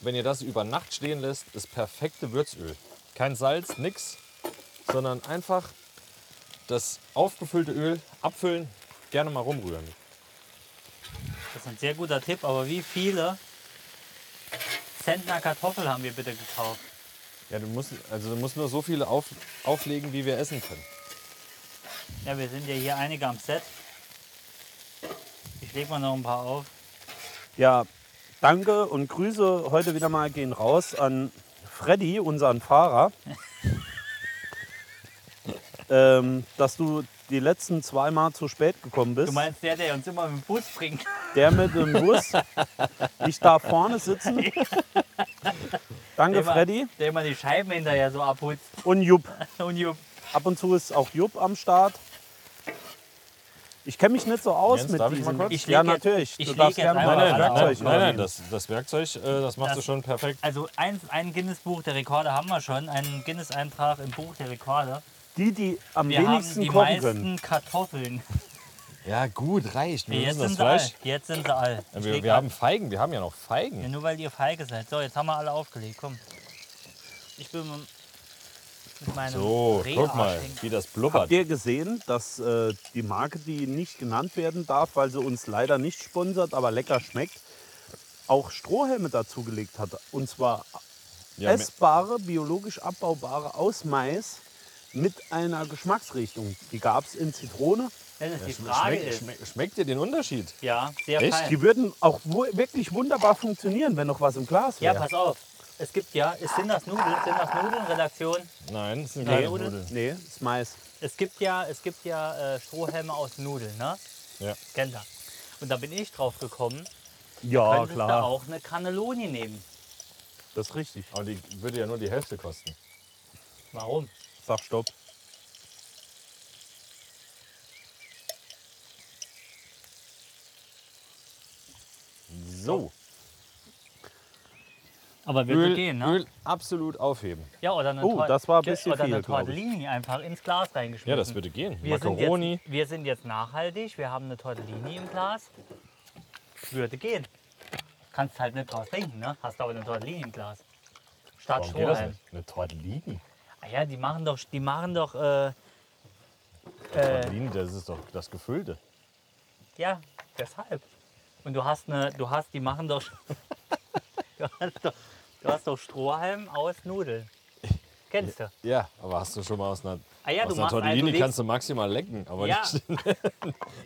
[SPEAKER 3] wenn ihr das über Nacht stehen lässt, das perfekte Würzöl. Kein Salz, nix, sondern einfach das aufgefüllte Öl abfüllen, gerne mal rumrühren.
[SPEAKER 1] Das ist ein sehr guter Tipp, aber wie viele Zentner Kartoffeln haben wir bitte gekauft?
[SPEAKER 3] Ja, du musst, also du musst nur so viele auf, auflegen, wie wir essen können.
[SPEAKER 1] Ja, wir sind ja hier einige am Set. Ich leg mal noch ein paar auf.
[SPEAKER 2] Ja, danke und Grüße heute wieder mal gehen raus an Freddy, unseren Fahrer. ähm, dass du die letzten zweimal zu spät gekommen bist.
[SPEAKER 1] Du meinst der, der uns immer mit dem Bus bringt?
[SPEAKER 2] Der mit dem Bus. Ich darf vorne sitzen. Danke,
[SPEAKER 1] Der immer-
[SPEAKER 2] Freddy.
[SPEAKER 1] Der immer die Scheiben hinterher so abputzt.
[SPEAKER 2] Und Jupp.
[SPEAKER 1] Und Jupp.
[SPEAKER 2] Ab und zu ist auch Jupp am Start. Ich kenne mich nicht so aus
[SPEAKER 3] Jens,
[SPEAKER 2] mit
[SPEAKER 3] darf ich
[SPEAKER 2] diesem.
[SPEAKER 3] mal kurz?
[SPEAKER 1] Ich
[SPEAKER 2] ja,
[SPEAKER 1] leg jetzt-
[SPEAKER 2] natürlich.
[SPEAKER 1] ich
[SPEAKER 2] du
[SPEAKER 1] leg
[SPEAKER 2] darfst
[SPEAKER 1] jetzt
[SPEAKER 2] gerne
[SPEAKER 1] einfach
[SPEAKER 2] mal
[SPEAKER 1] alle
[SPEAKER 2] das
[SPEAKER 1] auf.
[SPEAKER 2] Werkzeug
[SPEAKER 3] nein, nein,
[SPEAKER 2] übernehmen.
[SPEAKER 3] das, das Werkzeug, äh, das machst du
[SPEAKER 1] Das-
[SPEAKER 3] schon perfekt.
[SPEAKER 1] Also eins, ein Guinness-Buch der Rekorde haben wir schon. Einen Guinness-Eintrag im Buch der Rekorde.
[SPEAKER 2] Die, die am
[SPEAKER 1] Wir haben
[SPEAKER 2] wenigsten
[SPEAKER 1] die
[SPEAKER 2] kochen
[SPEAKER 1] meisten
[SPEAKER 2] können.
[SPEAKER 1] Kartoffeln.
[SPEAKER 3] Ja gut, reicht. Wir
[SPEAKER 1] Jetzt
[SPEAKER 3] müssen
[SPEAKER 1] sind,
[SPEAKER 3] Hm, das
[SPEAKER 1] sie all.
[SPEAKER 3] Fleisch.
[SPEAKER 1] jetzt sind sie all. Ich
[SPEAKER 3] Wir,
[SPEAKER 1] leg
[SPEAKER 3] wir
[SPEAKER 1] mal-
[SPEAKER 3] haben Feigen, wir haben ja noch
[SPEAKER 1] Ja,
[SPEAKER 3] Feigen.
[SPEAKER 1] nur weil ihr feige seid. So, jetzt haben wir alle aufgelegt. Komm. Ich bin mit meinem
[SPEAKER 3] So,
[SPEAKER 1] Dreharsch
[SPEAKER 3] guck mal,
[SPEAKER 1] hängen.
[SPEAKER 3] wie das
[SPEAKER 2] Habt
[SPEAKER 3] blubbert.
[SPEAKER 2] ihr gesehen, dass äh, die Marke, die nicht genannt werden darf, weil sie uns leider nicht sponsert, aber lecker schmeckt, auch Strohhelme dazugelegt hat? Und zwar
[SPEAKER 3] Ja, me-
[SPEAKER 2] essbare, biologisch abbaubare aus Mais mit einer Geschmacksrichtung. Die gab es in Zitrone.
[SPEAKER 1] Wenn es die Frage
[SPEAKER 3] schmeck,
[SPEAKER 1] ist.
[SPEAKER 3] schmeck, schmeckt dir den Unterschied?
[SPEAKER 1] Ja, sehr
[SPEAKER 3] Echt?
[SPEAKER 1] fein.
[SPEAKER 2] Die würden auch wo- wirklich wunderbar funktionieren, wenn noch was im Glas
[SPEAKER 1] Ja,
[SPEAKER 2] wäre.
[SPEAKER 1] pass auf. Es gibt ja, es sind das Nudeln, sind das Nudeln, Redaktion.
[SPEAKER 3] Nein, das sind
[SPEAKER 1] Nee,
[SPEAKER 3] keine
[SPEAKER 1] oder?
[SPEAKER 3] Nudeln.
[SPEAKER 2] Nee, ist Mais.
[SPEAKER 1] Es gibt ja, es gibt ja äh, Strohhelme aus Nudeln, ne?
[SPEAKER 3] Ja.
[SPEAKER 1] Kennt ihr. Und da bin ich drauf gekommen,
[SPEAKER 2] Ja,
[SPEAKER 1] könntest du auch eine Cannelloni nehmen.
[SPEAKER 2] Das ist richtig.
[SPEAKER 3] Aber die würde ja nur die Hälfte kosten.
[SPEAKER 1] Warum?
[SPEAKER 2] Sag Stopp.
[SPEAKER 3] So,
[SPEAKER 1] Aber wird
[SPEAKER 3] Öl,
[SPEAKER 1] gehen, ne?
[SPEAKER 3] Öl absolut aufheben.
[SPEAKER 1] Ja, oder eine,
[SPEAKER 2] Oh,
[SPEAKER 1] Tor-
[SPEAKER 2] das war ein bisschen
[SPEAKER 1] oder eine
[SPEAKER 2] viel, glaub ich.
[SPEAKER 1] Tortellini einfach ins Glas reingeschmissen.
[SPEAKER 3] Ja, das würde gehen.
[SPEAKER 1] Wir
[SPEAKER 3] Macaroni.
[SPEAKER 1] Sind jetzt, wir sind jetzt nachhaltig, wir haben eine Tortellini im Glas. Würde gehen. Kannst halt nicht draus trinken, ne? Hast aber eine Tortellini im Glas. Statt
[SPEAKER 3] Warum geht das
[SPEAKER 1] Strohhalm.
[SPEAKER 3] nicht? Eine Tortellini.
[SPEAKER 1] Ah ja, die machen doch, die machen doch, äh, äh,
[SPEAKER 3] Tortellini, das ist doch das Gefüllte.
[SPEAKER 1] ja, deshalb. Und du hast eine, du hast, die machen doch, du hast doch, du hast doch Strohhalm aus Nudeln. Kennst du?
[SPEAKER 3] Ja, aber hast du schon mal aus einer,
[SPEAKER 1] Ah ja,
[SPEAKER 3] aus
[SPEAKER 1] du machst
[SPEAKER 3] einer
[SPEAKER 1] einen,
[SPEAKER 3] Tortellini
[SPEAKER 1] du legst-
[SPEAKER 3] kannst du maximal lecken, aber
[SPEAKER 1] Ja.
[SPEAKER 3] nicht.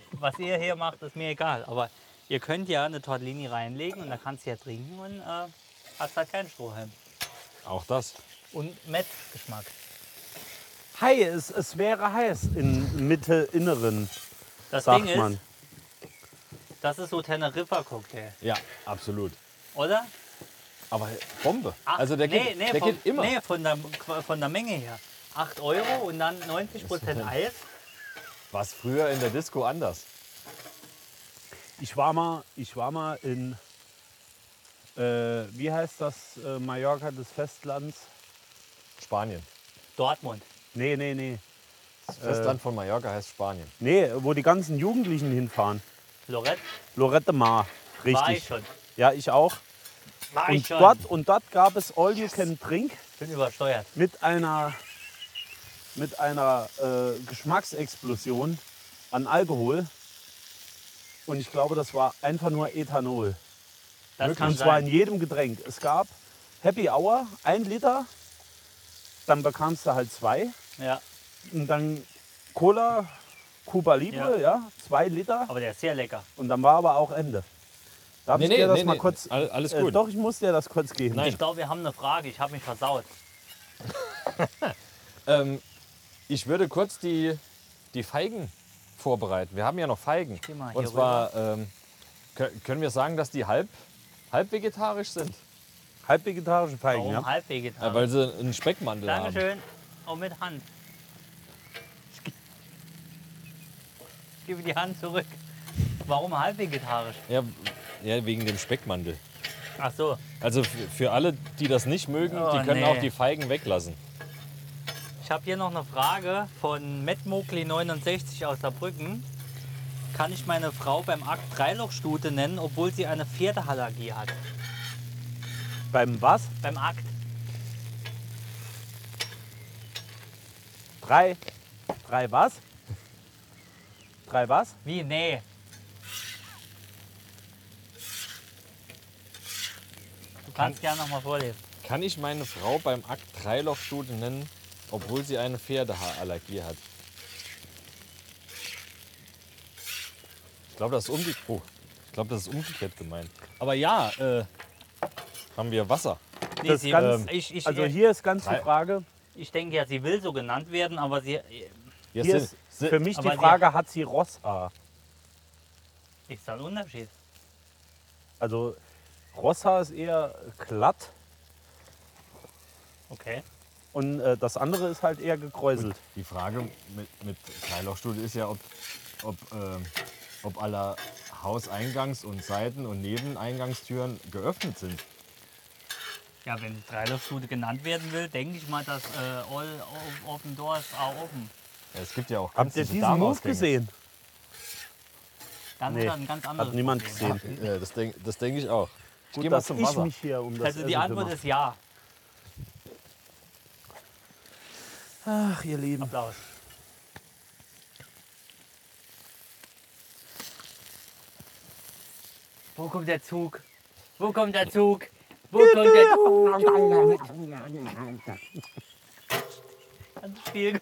[SPEAKER 1] Was ihr hier macht, ist mir egal. Aber ihr könnt ja eine Tortellini reinlegen und da kannst du ja trinken und äh, hast halt keinen Strohhalm.
[SPEAKER 3] Auch das.
[SPEAKER 1] Und Metzgeschmack.
[SPEAKER 2] Heiß, es wäre heiß in Mitte Inneren,
[SPEAKER 1] Das
[SPEAKER 2] sagt
[SPEAKER 1] Ding
[SPEAKER 2] man.
[SPEAKER 1] ist, das ist so Teneriffa-Cocktail,
[SPEAKER 3] Ja, absolut.
[SPEAKER 1] oder?
[SPEAKER 3] Aber Bombe.
[SPEAKER 1] Ach,
[SPEAKER 3] also der,
[SPEAKER 1] Ah, nee,
[SPEAKER 3] geht,
[SPEAKER 1] nee,
[SPEAKER 3] der
[SPEAKER 1] vom-
[SPEAKER 3] geht immer.
[SPEAKER 1] Nee, von der, von der Menge her. 8 Euro und dann 90% Eis.
[SPEAKER 3] War es früher in der Disco anders?
[SPEAKER 2] Ich war mal, ich war mal in, äh, wie heißt das, äh, Mallorca des Festlands?
[SPEAKER 3] Spanien.
[SPEAKER 1] Dortmund.
[SPEAKER 2] Nee, nee, nee.
[SPEAKER 3] Das
[SPEAKER 2] Äh.
[SPEAKER 3] Festland von Mallorca heißt Spanien.
[SPEAKER 2] Nee, wo die ganzen Jugendlichen hinfahren.
[SPEAKER 1] Lorette
[SPEAKER 2] Lorette
[SPEAKER 1] war
[SPEAKER 2] Mar,
[SPEAKER 1] ich
[SPEAKER 2] richtig.
[SPEAKER 1] schon.
[SPEAKER 2] Ja, ich auch.
[SPEAKER 1] War ich
[SPEAKER 2] Und
[SPEAKER 1] schon.
[SPEAKER 2] dort, und dort gab es All You Can Drink
[SPEAKER 1] Bin übersteuert.
[SPEAKER 2] mit einer, mit einer äh, Geschmacksexplosion an Alkohol. Und ich glaube, das war einfach nur Ethanol.
[SPEAKER 1] Das kann
[SPEAKER 2] Und zwar in
[SPEAKER 1] sein.
[SPEAKER 2] jedem Getränk. Es gab Happy Hour, ein Liter, dann bekamst du halt zwei.
[SPEAKER 1] Ja,
[SPEAKER 2] Und dann Cola, Cuba Libre, ja, zwei Liter.
[SPEAKER 1] aber der ist sehr lecker.
[SPEAKER 2] Und dann war aber auch Ende. Darf ich dir das mal kurz.
[SPEAKER 3] all- alles
[SPEAKER 2] äh,
[SPEAKER 3] gut.
[SPEAKER 2] doch, ich muss dir das kurz geben.
[SPEAKER 3] Nein.
[SPEAKER 1] Ich glaube, wir haben eine Frage. Ich habe mich versaut.
[SPEAKER 3] Ähm, ich würde kurz die, die Feigen vorbereiten. Wir haben ja noch Feigen.
[SPEAKER 1] Geh mal
[SPEAKER 3] Und
[SPEAKER 1] hier
[SPEAKER 3] zwar ähm, kö- können wir sagen, dass die halb, halb vegetarisch sind,
[SPEAKER 2] Halb vegetarische Feigen,
[SPEAKER 1] Warum
[SPEAKER 2] ja?
[SPEAKER 3] äh,
[SPEAKER 1] Halbvegetarier?
[SPEAKER 3] weil sie einen Speckmantel haben.
[SPEAKER 1] Dankeschön. Auch mit Hand. Ich ge- Ich gebe die Hand zurück. Warum halbvegetarisch?
[SPEAKER 3] Ja, ja, wegen dem Speckmantel.
[SPEAKER 1] Ach so.
[SPEAKER 3] Also f- für alle, die das nicht mögen,
[SPEAKER 1] Oh,
[SPEAKER 3] die können
[SPEAKER 1] nee.
[SPEAKER 3] auch die Feigen weglassen.
[SPEAKER 1] Ich habe hier noch eine Frage von Mettmokli69 aus Saarbrücken. Kann ich meine Frau beim Akt Dreilochstute nennen, obwohl sie eine Pferdeallergie hat?
[SPEAKER 2] Beim was?
[SPEAKER 1] Beim Akt.
[SPEAKER 2] Drei. Drei was? Drei was?
[SPEAKER 1] Wie? Nee. Du kannst gerne nochmal vorlesen.
[SPEAKER 3] Kann ich meine Frau beim Akt Dreilochstute nennen, obwohl sie eine Pferdehaarallergie hat? Ich glaube, das ist umgekehrt. Oh, ich glaube, das ist umgekehrt gemeint. Aber ja, äh, haben wir Wasser.
[SPEAKER 1] Nee,
[SPEAKER 2] Das
[SPEAKER 1] sie-
[SPEAKER 2] ganz-
[SPEAKER 1] ich, ich,
[SPEAKER 2] Also hier ist ganz die
[SPEAKER 3] Drei.
[SPEAKER 2] Frage.
[SPEAKER 1] ich denke ja, sie will so genannt werden, aber sie. äh,
[SPEAKER 3] Jetzt
[SPEAKER 2] Hier ist
[SPEAKER 3] sind-
[SPEAKER 2] für mich die
[SPEAKER 1] aber die-
[SPEAKER 2] Frage, hat sie Rosshaar?
[SPEAKER 1] Ist da ein Unterschied?
[SPEAKER 2] Also Rosshaar ist eher glatt
[SPEAKER 1] Okay.
[SPEAKER 2] und äh, das andere ist halt eher gekräuselt.
[SPEAKER 3] Die Frage mit, mit Dreilochstute ist ja, ob, ob, ähm, ob alle Hauseingangs- und Seiten- und Nebeneingangstüren geöffnet sind.
[SPEAKER 1] Ja, wenn Dreilochstute genannt werden will, denke ich mal, dass äh, All o- Open Doors are open.
[SPEAKER 3] Es gibt ja auch
[SPEAKER 2] Habt ihr
[SPEAKER 3] ganze
[SPEAKER 2] diesen Move
[SPEAKER 3] Damenausgänge.
[SPEAKER 2] gesehen?
[SPEAKER 1] Dann
[SPEAKER 2] Nee,
[SPEAKER 1] hat er ein ganz anderes
[SPEAKER 2] Hat niemand
[SPEAKER 1] Problem.
[SPEAKER 2] gesehen.
[SPEAKER 3] Ja, das denke das denk ich auch. Ich geh
[SPEAKER 2] Gut, dass ich mich hier um das
[SPEAKER 1] Also die
[SPEAKER 2] Essen
[SPEAKER 1] Antwort
[SPEAKER 2] kümmere.
[SPEAKER 1] ist ja.
[SPEAKER 2] Ach, ihr Lieben.
[SPEAKER 1] Applaus. Wo kommt der Zug? Wo kommt der Zug? Wo kommt der Zug? Ganz viel.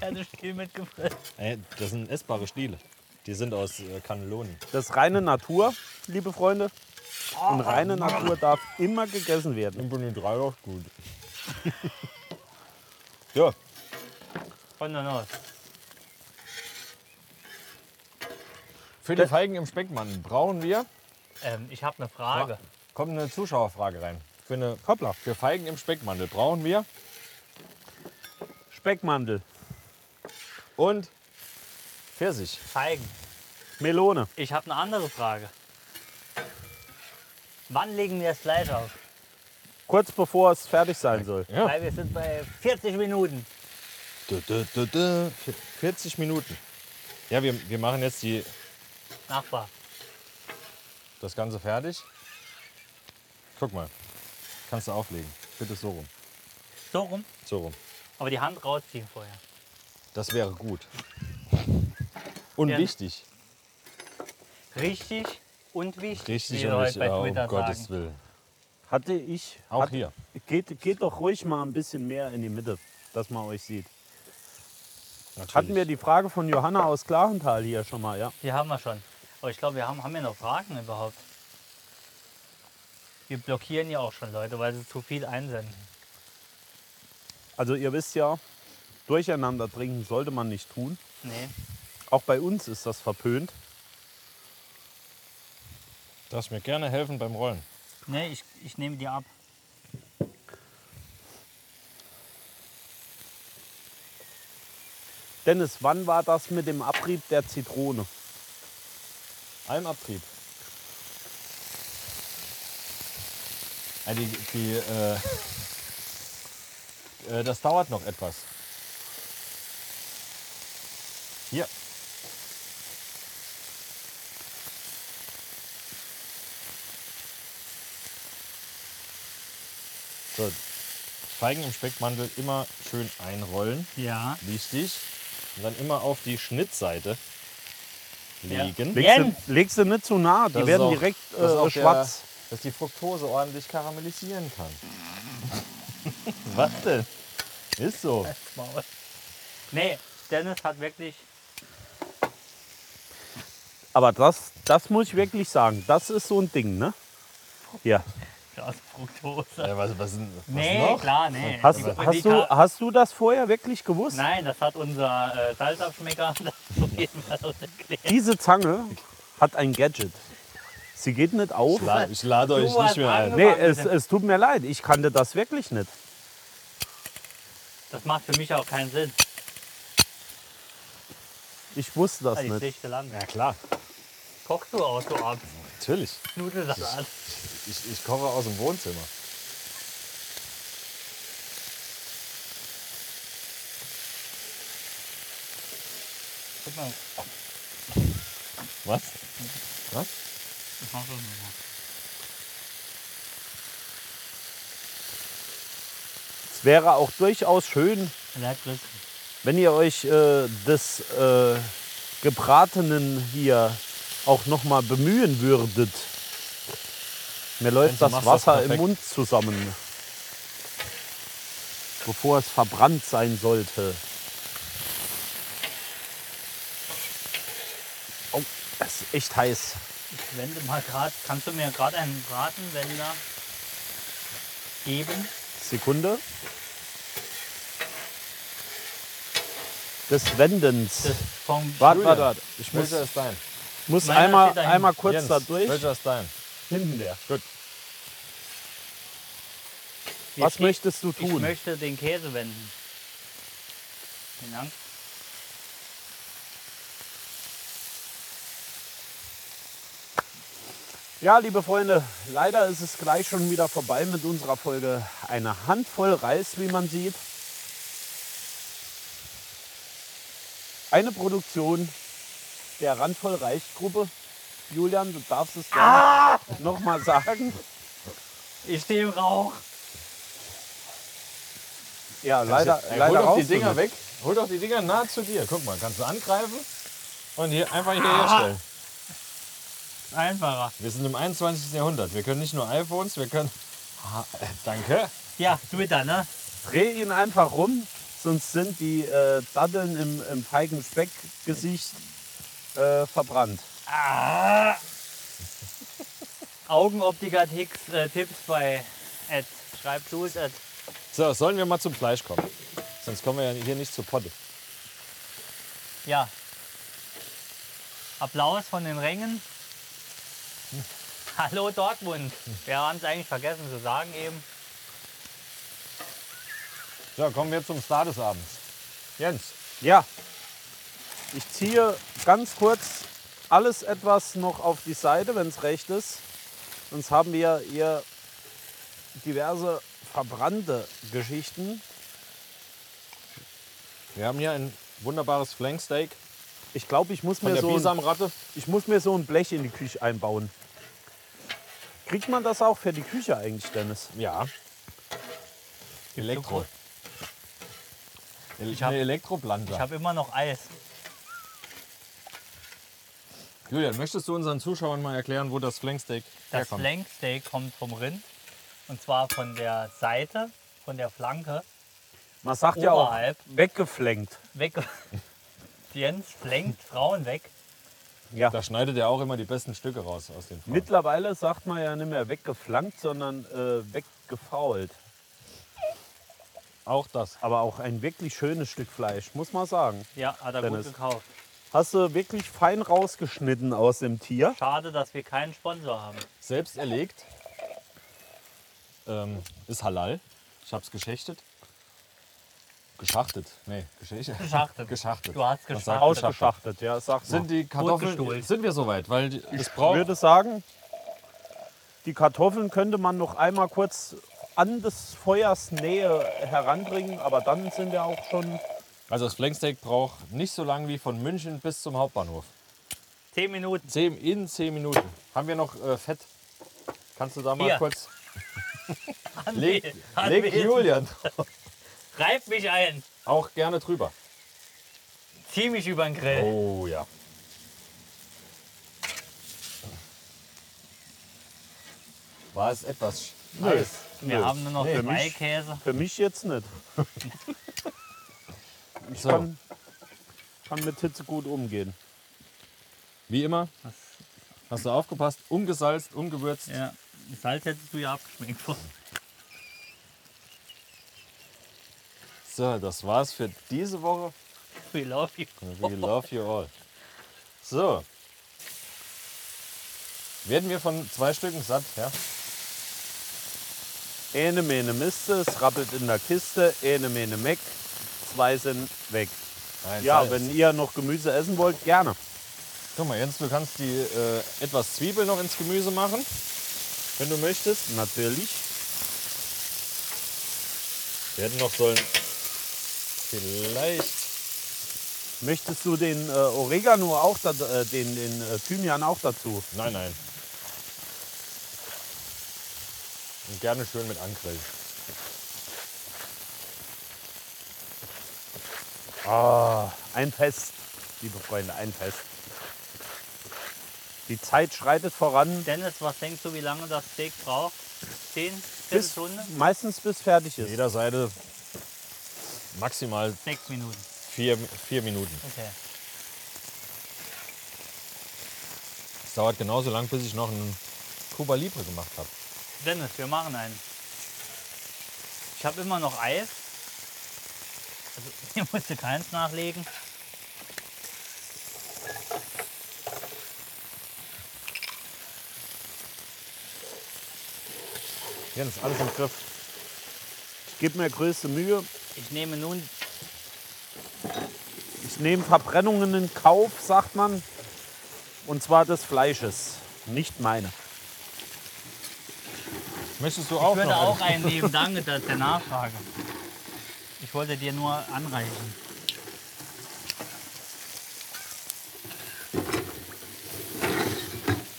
[SPEAKER 1] Ganz viel mitgebracht.
[SPEAKER 3] Ey, das sind essbare Stiele. Die sind aus äh, Kanelonen.
[SPEAKER 2] Das ist reine Natur, liebe Freunde. Und reine Natur darf immer gegessen werden.
[SPEAKER 3] bin die drei auch gut. ja,
[SPEAKER 1] Von der Nuss.
[SPEAKER 3] für die Feigen im Speckmantel brauchen wir.
[SPEAKER 1] Ähm, ich habe eine Frage.
[SPEAKER 3] Kommt eine Zuschauerfrage rein. Für, eine,
[SPEAKER 2] Hoppla,
[SPEAKER 3] für Feigen im Speckmantel brauchen wir.
[SPEAKER 2] Speckmandel,
[SPEAKER 3] Und Pfirsich.
[SPEAKER 1] Zeigen.
[SPEAKER 2] Melone.
[SPEAKER 1] Ich habe eine andere Frage. Wann legen wir das Fleisch auf?
[SPEAKER 2] Kurz bevor es fertig sein soll.
[SPEAKER 3] Ja.
[SPEAKER 1] Weil wir sind bei 40 Minuten.
[SPEAKER 3] Du, du, du, du. 40 Minuten. Ja, wir, wir machen jetzt die,
[SPEAKER 1] Nachbar.
[SPEAKER 3] das Ganze fertig. Guck mal. Kannst du auflegen. Bitte so rum.
[SPEAKER 1] So rum.
[SPEAKER 3] So rum.
[SPEAKER 1] Aber die Hand rausziehen vorher.
[SPEAKER 3] Das wäre gut. Und
[SPEAKER 1] Ja.
[SPEAKER 3] wichtig.
[SPEAKER 1] Richtig und wichtig.
[SPEAKER 3] Richtig
[SPEAKER 1] wie wir
[SPEAKER 3] und
[SPEAKER 1] heute
[SPEAKER 3] wichtig.
[SPEAKER 1] bei
[SPEAKER 3] Ja, um
[SPEAKER 1] Twitter
[SPEAKER 3] Gottes
[SPEAKER 1] sagen.
[SPEAKER 3] Willen.
[SPEAKER 2] Hatte ich.
[SPEAKER 3] Auch
[SPEAKER 2] hat,
[SPEAKER 3] hier.
[SPEAKER 2] Geht, geht doch ruhig mal ein bisschen mehr in die Mitte, dass man euch sieht.
[SPEAKER 3] Natürlich.
[SPEAKER 2] Hatten wir die Frage von Johanna aus Klarental hier schon mal, ja?
[SPEAKER 1] Die haben wir schon. Aber ich glaube, wir haben, haben wir noch Fragen überhaupt. Wir blockieren ja auch schon Leute, weil sie zu viel einsenden.
[SPEAKER 2] Also ihr wisst ja, durcheinander trinken sollte man nicht tun.
[SPEAKER 1] Nee.
[SPEAKER 2] Auch bei uns ist das verpönt.
[SPEAKER 3] Darfst mir gerne helfen beim Rollen.
[SPEAKER 1] Nee, ich, ich nehme die ab.
[SPEAKER 2] Dennis, wann war das mit dem Abrieb der Zitrone?
[SPEAKER 3] Almabtrieb. Ja, die, die, äh, äh, das dauert noch etwas. Hier. So, Feigen im Speckmantel immer schön einrollen.
[SPEAKER 1] Ja.
[SPEAKER 3] Wichtig. Und dann immer auf die Schnittseite. legen.
[SPEAKER 2] Legst
[SPEAKER 1] Jens!
[SPEAKER 2] du, legst du nicht zu nah, die
[SPEAKER 3] Das ist
[SPEAKER 2] werden
[SPEAKER 3] auch-
[SPEAKER 2] direkt
[SPEAKER 3] das ist auch
[SPEAKER 2] äh, schwarz.
[SPEAKER 3] Der, dass die Fructose ordentlich karamellisieren kann.
[SPEAKER 2] Was denn?
[SPEAKER 3] Ist so.
[SPEAKER 1] Maul. Nee, Dennis hat wirklich.
[SPEAKER 2] Aber das, das muss ich wirklich sagen, das ist so ein Ding, ne? Ja.
[SPEAKER 1] Das ist Fructose.
[SPEAKER 3] Ja, was, was, was
[SPEAKER 1] nee,
[SPEAKER 3] noch?
[SPEAKER 1] klar, nee.
[SPEAKER 2] Hast,
[SPEAKER 1] Die- die
[SPEAKER 2] hast, du,
[SPEAKER 1] Ka-
[SPEAKER 2] hast du das vorher wirklich gewusst?
[SPEAKER 1] Nein, das hat unser äh, Salzabschmecker das auf jeden Fall auch erklärt.
[SPEAKER 2] Diese Zange hat ein Gadget. Sie geht nicht auf.
[SPEAKER 3] Ich la- Ich lade euch
[SPEAKER 1] hast
[SPEAKER 3] nicht mehr ein.
[SPEAKER 1] angefangen.
[SPEAKER 2] Nee, es, es tut mir leid, ich kannte das wirklich nicht.
[SPEAKER 1] Das macht für mich auch keinen Sinn.
[SPEAKER 2] Ich wusste das
[SPEAKER 1] Das die
[SPEAKER 2] nicht.
[SPEAKER 1] schlechte Lande.
[SPEAKER 3] Ja klar,
[SPEAKER 1] Kochst du auch so abends?
[SPEAKER 3] natürlich.
[SPEAKER 1] Nudelsalat.
[SPEAKER 3] Ich, ich koche aus dem Wohnzimmer.
[SPEAKER 1] Guck mal,
[SPEAKER 3] Was? Was?
[SPEAKER 1] das machst du nicht mehr.
[SPEAKER 2] Es wäre auch durchaus schön,
[SPEAKER 1] Bleibt drin.
[SPEAKER 2] wenn ihr euch äh, des äh, Gebratenen hier auch noch mal bemühen würdet. Mir läuft
[SPEAKER 3] du
[SPEAKER 2] das
[SPEAKER 3] machst
[SPEAKER 2] Wasser
[SPEAKER 3] das
[SPEAKER 2] im
[SPEAKER 3] perfekt.
[SPEAKER 2] Mund zusammen, bevor es verbrannt sein sollte. Oh, es ist echt heiß.
[SPEAKER 1] Ich wende mal gerade. Kannst du mir gerade einen Bratenwender geben?
[SPEAKER 2] Sekunde. Des Wendens.
[SPEAKER 1] Das vom
[SPEAKER 2] Warte,
[SPEAKER 3] Julian,
[SPEAKER 2] warte, warte. Ich muss,
[SPEAKER 3] Welcher ist dein?
[SPEAKER 2] muss
[SPEAKER 1] meiner
[SPEAKER 2] einmal,
[SPEAKER 1] steht da hinten.
[SPEAKER 2] einmal kurz da durch.
[SPEAKER 3] Welcher ist dein?
[SPEAKER 2] Hinten der. Gut.
[SPEAKER 1] Wir
[SPEAKER 2] Was
[SPEAKER 1] stehen-
[SPEAKER 2] möchtest du
[SPEAKER 1] Ich
[SPEAKER 2] tun?
[SPEAKER 1] möchte den Käse wenden. Vielen Dank.
[SPEAKER 2] Ja, liebe Freunde, leider ist es gleich schon wieder vorbei mit unserer Folge. Eine Handvoll Reis, wie man sieht. Eine Produktion der Randvoll Reich-Gruppe. Julian, du darfst es gerne noch nochmal sagen.
[SPEAKER 1] Ich stehe im Rauch.
[SPEAKER 2] Ja, leider,
[SPEAKER 3] Ey,
[SPEAKER 2] leider also
[SPEAKER 3] hol doch die
[SPEAKER 2] rauchst du
[SPEAKER 3] Dinger
[SPEAKER 2] nicht.
[SPEAKER 3] weg. Hol doch die Dinger nah zu dir. Guck mal, kannst du angreifen und hier einfach hier herstellen.
[SPEAKER 1] Einfacher.
[SPEAKER 3] Wir sind im 21. Jahrhundert. Wir können nicht nur iPhones, wir können. Ah, äh, danke.
[SPEAKER 1] Ja, Twitter, ne?
[SPEAKER 2] Dreh ihn einfach rum, sonst sind die äh, Datteln im, im feigen Speckgesicht äh, verbrannt.
[SPEAKER 1] Ah. Augenoptiker Ticks, äh, Tipps bei at Schreibtools at
[SPEAKER 3] So, sollen wir mal zum Fleisch kommen? Sonst kommen wir ja hier nicht zur Potte.
[SPEAKER 1] ja. Applaus von den Rängen. Hallo Dortmund. Wir haben es eigentlich vergessen zu sagen eben.
[SPEAKER 3] So, kommen wir zum Star des Abends. Jens,
[SPEAKER 2] Ja, ich ziehe ganz kurz alles etwas noch auf die Seite, wenn es recht ist. Sonst haben wir hier diverse verbrannte Geschichten.
[SPEAKER 3] wir haben hier ein wunderbares Flanksteak
[SPEAKER 2] Ich glaube, ich, muss
[SPEAKER 3] von
[SPEAKER 2] mir
[SPEAKER 3] der
[SPEAKER 2] so ein-
[SPEAKER 3] Bisamratte.
[SPEAKER 2] ich muss mir so ein Blech in die Küche einbauen. Kriegt man das auch für die Küche eigentlich, Dennis?
[SPEAKER 3] Ja. Elektro. Ich
[SPEAKER 1] hab-
[SPEAKER 3] habe Elektroblande.
[SPEAKER 1] Ich habe immer noch Eis.
[SPEAKER 3] Julian, möchtest du unseren Zuschauern mal erklären, wo das Flanksteak
[SPEAKER 1] Das
[SPEAKER 3] herkommt?
[SPEAKER 1] Flanksteak kommt vom Rind. Und zwar von der Seite, von der Flanke.
[SPEAKER 2] Man sagt ja auch,
[SPEAKER 1] Oberhalb.
[SPEAKER 2] weggeflenkt.
[SPEAKER 1] Weg. Jens flenkt Frauen weg.
[SPEAKER 2] Ja.
[SPEAKER 3] da schneidet er auch immer die besten Stücke raus aus den Frauen.
[SPEAKER 2] Mittlerweile sagt man ja nicht mehr weggeflankt, sondern äh, weggefault.
[SPEAKER 3] Auch das.
[SPEAKER 2] Aber auch ein wirklich schönes Stück Fleisch, muss man sagen.
[SPEAKER 1] Ja, hat er
[SPEAKER 2] Dennis.
[SPEAKER 1] gut gekauft.
[SPEAKER 2] Hast du wirklich fein rausgeschnitten aus dem Tier.
[SPEAKER 1] Schade, dass wir keinen Sponsor haben.
[SPEAKER 3] Selbst erlegt. Ähm, ist halal. Ich habe es geschächtet. Geschachtet. Nee, geschächtet.
[SPEAKER 1] Geschachtet.
[SPEAKER 3] geschachtet.
[SPEAKER 1] Du hast
[SPEAKER 3] Man sagt
[SPEAKER 1] geschachtet.
[SPEAKER 2] Ausgeschachtet, ja, sag mal.
[SPEAKER 3] Sind die Kartoffeln.
[SPEAKER 1] gestohlen.
[SPEAKER 3] Sind wir soweit? Weil die- das
[SPEAKER 2] ich
[SPEAKER 3] braucht.
[SPEAKER 2] würde sagen, die Kartoffeln könnte man noch einmal kurz an des Feuers Nähe heranbringen, aber dann sind wir auch schon
[SPEAKER 3] Also das Flanksteak braucht nicht so lange wie von München bis zum Hauptbahnhof.
[SPEAKER 1] Zehn Minuten.
[SPEAKER 3] Zehn, in 10 Minuten. Haben wir noch äh, Fett? Kannst du da mal
[SPEAKER 1] Hier.
[SPEAKER 3] kurz.
[SPEAKER 1] Anwäh-
[SPEAKER 3] Leg, leg
[SPEAKER 1] Anwesen.
[SPEAKER 3] Julian
[SPEAKER 1] Reib mich ein.
[SPEAKER 3] auch gerne drüber.
[SPEAKER 2] Oh,
[SPEAKER 1] Zieh mich über den Grill.
[SPEAKER 3] Oh ja. War es etwas heiß?
[SPEAKER 1] Wir
[SPEAKER 2] Nö.
[SPEAKER 1] haben nur noch
[SPEAKER 2] Nee, für
[SPEAKER 1] zwei
[SPEAKER 2] mich-
[SPEAKER 1] Käse.
[SPEAKER 2] Für mich jetzt nicht. Ich
[SPEAKER 3] So.
[SPEAKER 2] kann, kann mit Hitze gut umgehen.
[SPEAKER 3] Wie immer. Hast du aufgepasst? Umgesalzt, umgewürzt.
[SPEAKER 1] Ja, das Salz hättest du ja abgeschmeckt.
[SPEAKER 3] So, das war's für diese Woche.
[SPEAKER 1] We love you.
[SPEAKER 3] We love you all. So. Werden wir von zwei Stücken satt, ja?
[SPEAKER 2] Ene mene Miste, es rappelt in der Kiste, ene mene meck, zwei sind weg.
[SPEAKER 3] Nein,
[SPEAKER 2] Ja,
[SPEAKER 3] Salz.
[SPEAKER 2] wenn ihr noch Gemüse essen wollt, gerne.
[SPEAKER 3] Guck mal, Jens, du kannst die äh, etwas Zwiebel noch ins Gemüse machen, wenn du möchtest.
[SPEAKER 2] Natürlich.
[SPEAKER 3] Wir hätten noch sollen vielleicht
[SPEAKER 2] Möchtest du den äh, Oregano auch, da, äh, den, den äh, Thymian auch dazu?
[SPEAKER 3] Nein, nein. Und gerne schön mit angrillen.
[SPEAKER 2] Ah, ein Fest, liebe Freunde, ein Fest. Die Zeit schreitet voran,
[SPEAKER 1] Dennis, was denkst du, wie lange das Steak braucht? Zehn, zehn
[SPEAKER 2] bis,
[SPEAKER 1] Stunden?
[SPEAKER 2] meistens bis fertig
[SPEAKER 3] Von
[SPEAKER 2] ist.
[SPEAKER 3] jeder Seite maximal
[SPEAKER 1] Sechs Minuten.
[SPEAKER 3] vier, vier Minuten.
[SPEAKER 1] Okay.
[SPEAKER 3] Es dauert genauso lang, bis ich noch einen Cuba Libre gemacht habe.
[SPEAKER 1] Dennis, wir machen einen. Ich habe immer noch Eis. Also, hier musst du keins nachlegen.
[SPEAKER 3] Jens, alles im Griff.
[SPEAKER 2] Ich gebe mir größte Mühe.
[SPEAKER 1] Ich nehme nun
[SPEAKER 2] Ich nehme Verbrennungen in Kauf, sagt man. Und zwar des Fleisches, nicht meine.
[SPEAKER 3] Möchtest du auch
[SPEAKER 1] Ich würde
[SPEAKER 3] noch?
[SPEAKER 1] auch einen nehmen, danke dass der Nachfrage. Ich wollte dir nur anreichen.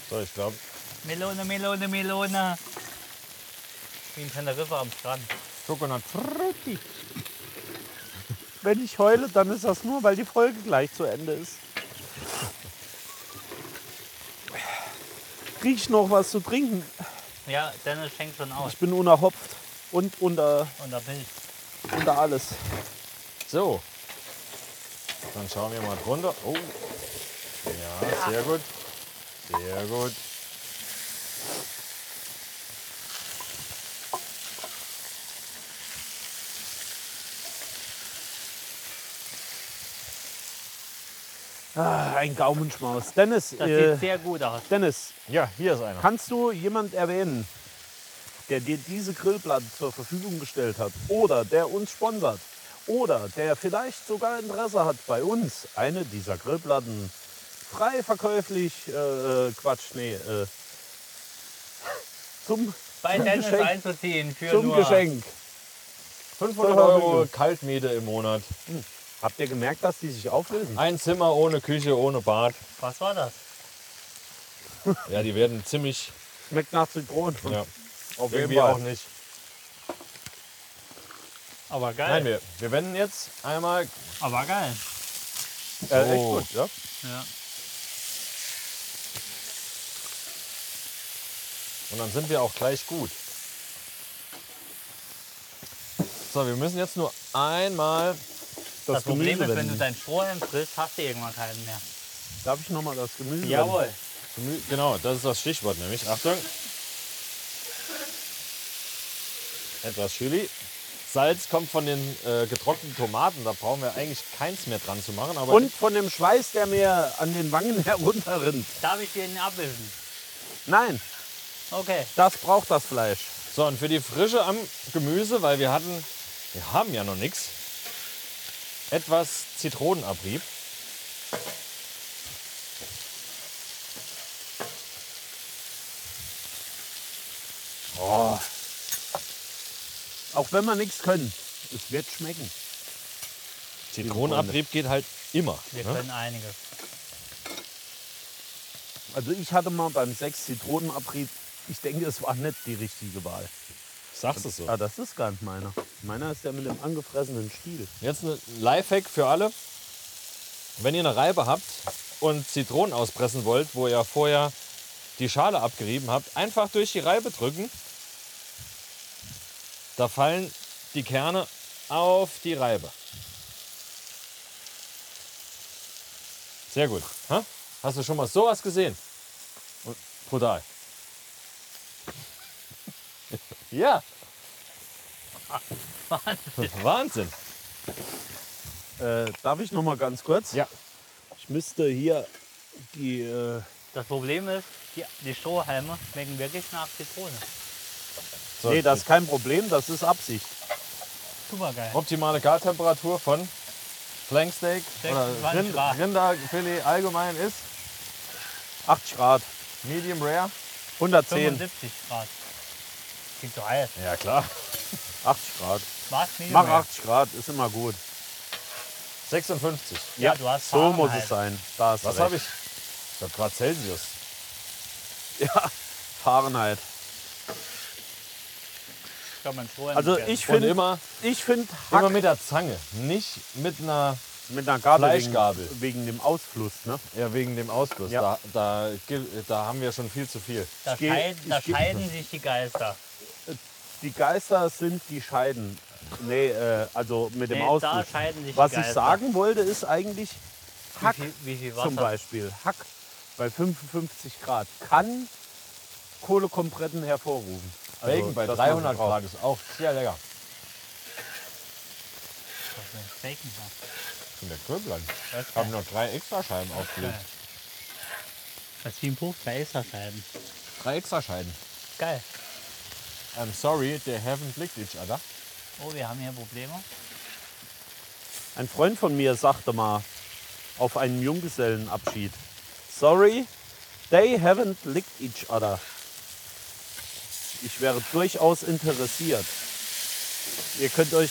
[SPEAKER 3] So, ich glaube,
[SPEAKER 1] Melone, Melone, Melone. Wie in Teneriffa am Strand.
[SPEAKER 3] Coconut Frutti.
[SPEAKER 2] Wenn ich heule, dann ist das nur, weil die Folge gleich zu Ende ist. Riech noch was zu trinken.
[SPEAKER 1] Ja, Dennis schenkt schon aus.
[SPEAKER 2] Ich bin unerhopft und unter,
[SPEAKER 1] Und da Bild.
[SPEAKER 2] unter alles.
[SPEAKER 3] So, dann schauen wir mal drunter. Oh, ja, sehr gut. Sehr gut.
[SPEAKER 2] Ah, ein Gaumenschmaus. Dennis,
[SPEAKER 1] Das
[SPEAKER 2] äh,
[SPEAKER 1] sieht sehr gut aus.
[SPEAKER 2] Dennis,
[SPEAKER 3] Ja, hier ist einer.
[SPEAKER 2] kannst du jemand erwähnen, der dir diese Grillplatte zur Verfügung gestellt hat oder der uns sponsert oder der vielleicht sogar Interesse hat, bei uns eine dieser Grillplatten frei verkäuflich, äh, äh, Quatsch, nee, äh, zum,
[SPEAKER 1] Bei
[SPEAKER 2] zum,
[SPEAKER 1] Dennis
[SPEAKER 2] Geschenk,
[SPEAKER 1] einzuziehen für
[SPEAKER 2] zum
[SPEAKER 1] nur.
[SPEAKER 2] Geschenk.
[SPEAKER 3] 500 Euro Kaltmiete im Monat.
[SPEAKER 2] Habt ihr gemerkt, dass die sich auflösen?
[SPEAKER 3] Ein Zimmer ohne Küche, ohne Bad.
[SPEAKER 1] Was war das?
[SPEAKER 3] Ja, die werden ziemlich.
[SPEAKER 2] Schmeckt nach Zitronen.
[SPEAKER 3] Ja,
[SPEAKER 2] Auf jeden
[SPEAKER 3] irgendwie
[SPEAKER 2] Fall.
[SPEAKER 3] auch nicht.
[SPEAKER 1] Aber geil.
[SPEAKER 3] Nein, wir, wir wenden jetzt einmal.
[SPEAKER 1] Aber geil.
[SPEAKER 2] Äh, echt
[SPEAKER 3] So.
[SPEAKER 2] gut, ja?
[SPEAKER 1] Ja.
[SPEAKER 3] Und dann sind wir auch gleich gut. So, wir müssen jetzt nur einmal.
[SPEAKER 1] Das, Problem
[SPEAKER 2] Gemüse
[SPEAKER 1] ist, wenn du
[SPEAKER 2] wenden.
[SPEAKER 1] dein Strohhalm frisst, hast du irgendwann keinen mehr.
[SPEAKER 2] Darf ich nochmal das Gemüse? wenden?
[SPEAKER 1] Jawohl.
[SPEAKER 3] Gemü- Genau, das ist das Stichwort nämlich. Achtung. Etwas Chili. Salz kommt von den äh, getrockneten Tomaten. Da brauchen wir eigentlich keins mehr dran zu machen. Aber
[SPEAKER 2] Und von dem Schweiß, der mir an den Wangen herunterrinnt.
[SPEAKER 1] Darf ich dir den abwischen?
[SPEAKER 2] Nein,
[SPEAKER 1] Okay.
[SPEAKER 2] das braucht das Fleisch.
[SPEAKER 3] So, und für die Frische am Gemüse, weil wir hatten, wir haben ja noch nichts, etwas Zitronenabrieb.
[SPEAKER 2] Auch wenn wir nichts können, es wird schmecken.
[SPEAKER 3] Zitronenabrieb geht halt immer.
[SPEAKER 1] Wir
[SPEAKER 3] Ne?
[SPEAKER 1] können einiges.
[SPEAKER 2] Also ich hatte mal beim Sex Zitronenabrieb. Ich denke, es war nicht die richtige Wahl.
[SPEAKER 3] Sagst du so.
[SPEAKER 2] Ah, das ist gar nicht meiner. Meiner ist der mit dem angefressenen Stiel.
[SPEAKER 3] Jetzt ein Lifehack für alle. Wenn ihr eine Reibe habt und Zitronen auspressen wollt, wo ihr vorher die Schale abgerieben habt, einfach durch die Reibe drücken. Da fallen die Kerne auf die Reibe. Sehr gut. Hä? Hast du schon mal sowas gesehen? Und brutal. ja, Wahnsinn.
[SPEAKER 2] Äh, darf ich noch mal ganz kurz?
[SPEAKER 3] Ja.
[SPEAKER 2] Ich müsste hier die. Äh,
[SPEAKER 1] Das Problem ist, die, die Strohhalme schmecken wirklich nach Zitrone.
[SPEAKER 3] So,
[SPEAKER 2] nee, das ist kein Problem, das ist Absicht.
[SPEAKER 1] Super geil.
[SPEAKER 3] optimale Gartemperatur von Flanksteak
[SPEAKER 1] 26
[SPEAKER 3] oder Rind,
[SPEAKER 1] Grad.
[SPEAKER 3] Rinderfilet allgemein ist
[SPEAKER 2] 8 Grad,
[SPEAKER 3] Medium Rare.
[SPEAKER 2] 110,
[SPEAKER 1] 75 Grad. Klingt so heiß.
[SPEAKER 3] Ja klar.
[SPEAKER 2] 80 Grad.
[SPEAKER 1] Mach's nicht
[SPEAKER 2] Mach
[SPEAKER 1] mehr.
[SPEAKER 2] 80 Grad, ist immer gut.
[SPEAKER 3] 56.
[SPEAKER 1] Ja, du hast
[SPEAKER 2] so
[SPEAKER 1] Farben
[SPEAKER 2] muss
[SPEAKER 1] halt.
[SPEAKER 2] es sein. Da ist
[SPEAKER 3] Was habe ich? Ich habe Grad Celsius.
[SPEAKER 2] Fahrenheit.
[SPEAKER 1] Ich glaub, mein Strohhalm
[SPEAKER 2] Also
[SPEAKER 1] ist
[SPEAKER 2] ich
[SPEAKER 3] Und
[SPEAKER 2] finde,
[SPEAKER 3] immer,
[SPEAKER 2] ich finde
[SPEAKER 3] immer
[SPEAKER 2] Hack
[SPEAKER 3] mit der Zange, nicht mit einer,
[SPEAKER 2] mit einer Gabel
[SPEAKER 3] Fleischgabel.
[SPEAKER 2] Wegen, wegen dem Ausfluss. Ne?
[SPEAKER 3] ja wegen dem Ausguss.
[SPEAKER 2] Ja.
[SPEAKER 3] Da, da, gi- da haben wir schon viel zu viel.
[SPEAKER 1] Da,
[SPEAKER 2] ich geh-
[SPEAKER 1] scheiden, da
[SPEAKER 2] ich geh-
[SPEAKER 1] scheiden sich die Geister.
[SPEAKER 2] Die Geister sind die Scheiden. Nee, äh, also mit dem
[SPEAKER 1] Nee, da
[SPEAKER 2] Ausfluss.
[SPEAKER 1] scheiden sich
[SPEAKER 2] Was
[SPEAKER 1] die Geister.
[SPEAKER 2] ich sagen wollte, ist eigentlich
[SPEAKER 1] wie
[SPEAKER 2] Hack
[SPEAKER 1] viel, wie viel Wasser
[SPEAKER 2] zum Beispiel. Hack bei 55 Grad kann Kohlekompretten hervorrufen. Also,
[SPEAKER 3] Bacon bei
[SPEAKER 2] das muss
[SPEAKER 3] 300
[SPEAKER 2] drauf.
[SPEAKER 3] Grad ist auch sehr lecker.
[SPEAKER 1] Was mit Bacon war.
[SPEAKER 3] Und der Knöbel an.
[SPEAKER 1] Das ist
[SPEAKER 3] Ich habe noch drei extra Scheiben aufgelegt.
[SPEAKER 1] geil. Das ist wie ein Buch, da ist das Scheiden.
[SPEAKER 3] Drei extra Scheiben.
[SPEAKER 1] Geil.
[SPEAKER 3] I'm sorry, they haven't licked each other.
[SPEAKER 1] Oh, wir haben hier Probleme.
[SPEAKER 2] Ein Freund von mir sagte mal auf einem Junggesellenabschied: Sorry, they haven't licked each other. Ich wäre durchaus interessiert. Ihr könnt euch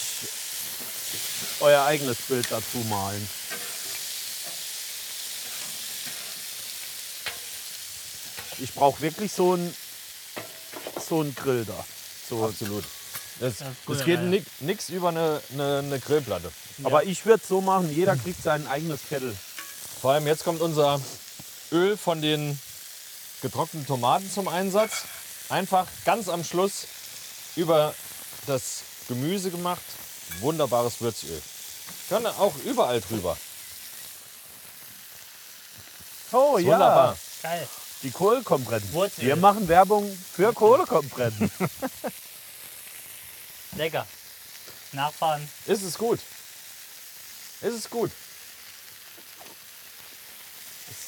[SPEAKER 2] euer eigenes Bild dazu malen. Ich brauche wirklich so einen so einen Grill da. So,
[SPEAKER 3] Absolut. Das,
[SPEAKER 1] Das ist gut,
[SPEAKER 3] es geht
[SPEAKER 1] ja.
[SPEAKER 3] nix, nix über eine, eine, eine Grillplatte.
[SPEAKER 2] Aber ich würde es so machen, jeder kriegt sein eigenes Kettel.
[SPEAKER 3] Vor allem jetzt kommt unser Öl von den getrockneten Tomaten zum Einsatz. Einfach ganz am Schluss über das Gemüse gemacht. Wunderbares Würzöl. Kann auch überall drüber.
[SPEAKER 2] Oh
[SPEAKER 3] Ist Wunderbar.
[SPEAKER 1] Geil.
[SPEAKER 2] Die Kohlekompretten.
[SPEAKER 1] Wurzel.
[SPEAKER 2] Wir machen Werbung für Kohlekompretten.
[SPEAKER 1] Lecker. Nachfahren.
[SPEAKER 3] Ist es gut. Ist es gut.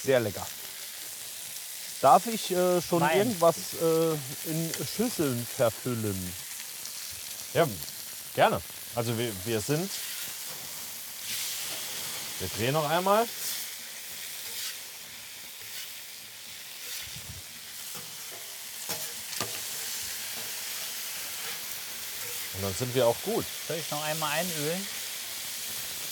[SPEAKER 2] Sehr lecker. Darf ich äh, schon
[SPEAKER 1] Nein.
[SPEAKER 2] irgendwas äh, in Schüsseln verfüllen?
[SPEAKER 3] Ja, gerne. Also wir, wir sind. Wir drehen noch einmal. Und dann sind wir auch gut.
[SPEAKER 1] Soll ich noch einmal einölen?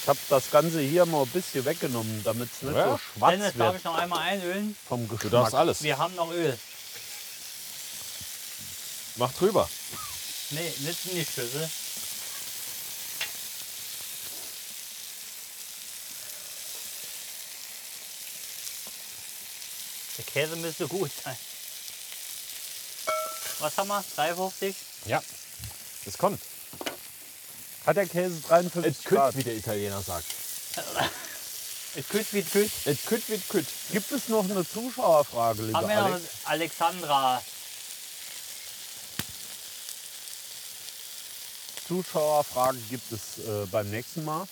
[SPEAKER 2] Ich habe das Ganze hier mal ein bisschen weggenommen, damit es nicht
[SPEAKER 3] Ja.
[SPEAKER 2] so
[SPEAKER 1] Dennis, darf
[SPEAKER 2] schwarz wird
[SPEAKER 1] ich noch einmal einölen?
[SPEAKER 2] vom Geschmack.
[SPEAKER 3] Du darfst alles.
[SPEAKER 1] Wir haben noch Öl.
[SPEAKER 3] Mach drüber.
[SPEAKER 1] Nee, nicht in die Schüssel. Der Käse müsste gut sein. Was haben wir? 3,50?
[SPEAKER 3] Ja. Es kommt.
[SPEAKER 2] Hat der Käse 53
[SPEAKER 3] Et kütt,
[SPEAKER 2] Grad?
[SPEAKER 3] wie der Italiener sagt.
[SPEAKER 1] Es kütt Äh, wie kütt.
[SPEAKER 3] Et kütt, wie kütt.
[SPEAKER 2] Gibt es noch eine Zuschauerfrage, lieber
[SPEAKER 1] Haben wir noch eine
[SPEAKER 2] Alex?
[SPEAKER 1] Alexandra?
[SPEAKER 2] Zuschauerfragen gibt es äh, beim nächsten Mal.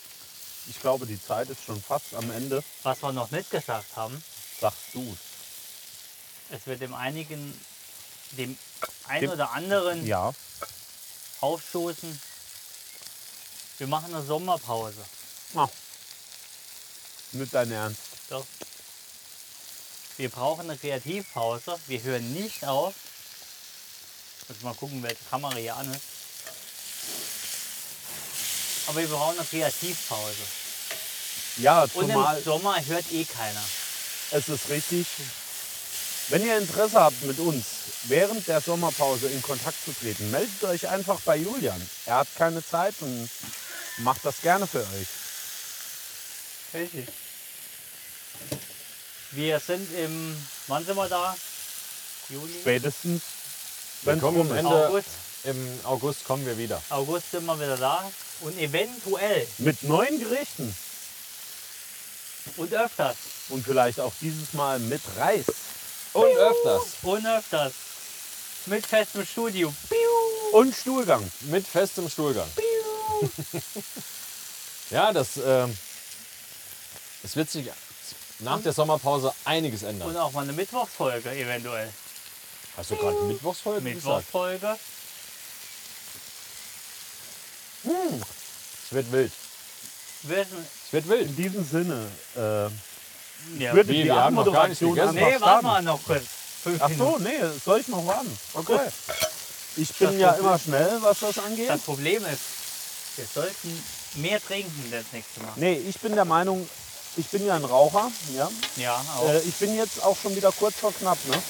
[SPEAKER 2] Ich glaube, die Zeit ist schon fast am Ende.
[SPEAKER 1] Was wir noch nicht gesagt haben,
[SPEAKER 2] Sag du.
[SPEAKER 1] es wird dem einigen, dem einen
[SPEAKER 2] Dem-
[SPEAKER 1] oder anderen
[SPEAKER 2] Ja.
[SPEAKER 1] aufstoßen. Wir machen eine Sommerpause.
[SPEAKER 2] Ah. Mit deinem Ernst.
[SPEAKER 1] Doch. Wir brauchen eine Kreativpause. Wir hören nicht auf. Muss mal gucken, welche Kamera hier an ist. Aber wir brauchen eine Kreativpause.
[SPEAKER 2] Ja,
[SPEAKER 1] Und
[SPEAKER 2] zumal
[SPEAKER 1] im Sommer hört eh keiner.
[SPEAKER 2] es ist richtig. Wenn ihr Interesse habt, mit uns während der Sommerpause in Kontakt zu treten, meldet euch einfach bei Julian. Er hat keine Zeit und macht das gerne für euch.
[SPEAKER 1] Richtig. Wir äh, sind im, wann sind wir da? Juli,
[SPEAKER 2] Spätestens, um
[SPEAKER 3] Wir
[SPEAKER 2] wenn's
[SPEAKER 3] kommen
[SPEAKER 2] rum
[SPEAKER 3] am
[SPEAKER 2] ist.
[SPEAKER 3] Ende,
[SPEAKER 1] August.
[SPEAKER 3] im August kommen wir wieder.
[SPEAKER 1] August sind wir wieder da. Und eventuell
[SPEAKER 2] Mit neuen Gerichten.
[SPEAKER 1] und öfters.
[SPEAKER 2] Und vielleicht auch dieses Mal mit Reis.
[SPEAKER 3] Und öfters
[SPEAKER 1] Und öfters. Mit festem Studio.
[SPEAKER 2] Und Stuhlgang.
[SPEAKER 3] mit festem Stuhlgang. Ja, das, ähm, es wird sich nach der Sommerpause einiges
[SPEAKER 1] Und
[SPEAKER 3] ändern.
[SPEAKER 1] auch mal eine Mittwochsfolge eventuell.
[SPEAKER 3] Hast du gerade Mittwochsfolge gesagt?
[SPEAKER 1] Mittwochsfolge.
[SPEAKER 3] Es wird wild.
[SPEAKER 1] Wissen.
[SPEAKER 3] Es wird wild.
[SPEAKER 2] In diesem Sinne, äh,
[SPEAKER 1] Ja.
[SPEAKER 2] würde
[SPEAKER 3] Nee,
[SPEAKER 2] die
[SPEAKER 3] wir haben noch gar nicht
[SPEAKER 2] Abmoderation
[SPEAKER 3] gegessen.
[SPEAKER 2] einfach
[SPEAKER 1] Nee, warte
[SPEAKER 2] starten.
[SPEAKER 1] mal noch kurz. Fünf
[SPEAKER 2] Ach so,
[SPEAKER 1] Minuten.
[SPEAKER 2] nee, es sollte noch warten.
[SPEAKER 3] Okay.
[SPEAKER 2] Ich bin
[SPEAKER 1] Das
[SPEAKER 2] ja
[SPEAKER 1] kommt
[SPEAKER 2] immer schnell, was das angeht.
[SPEAKER 1] Das Problem ist, wir sollten mehr trinken das nächste Mal.
[SPEAKER 2] Nee, ich bin der Meinung, ich bin ja ein Raucher. Ja?
[SPEAKER 1] Ja, auch.
[SPEAKER 2] Äh, ich bin jetzt auch schon wieder kurz vor knapp. Ne?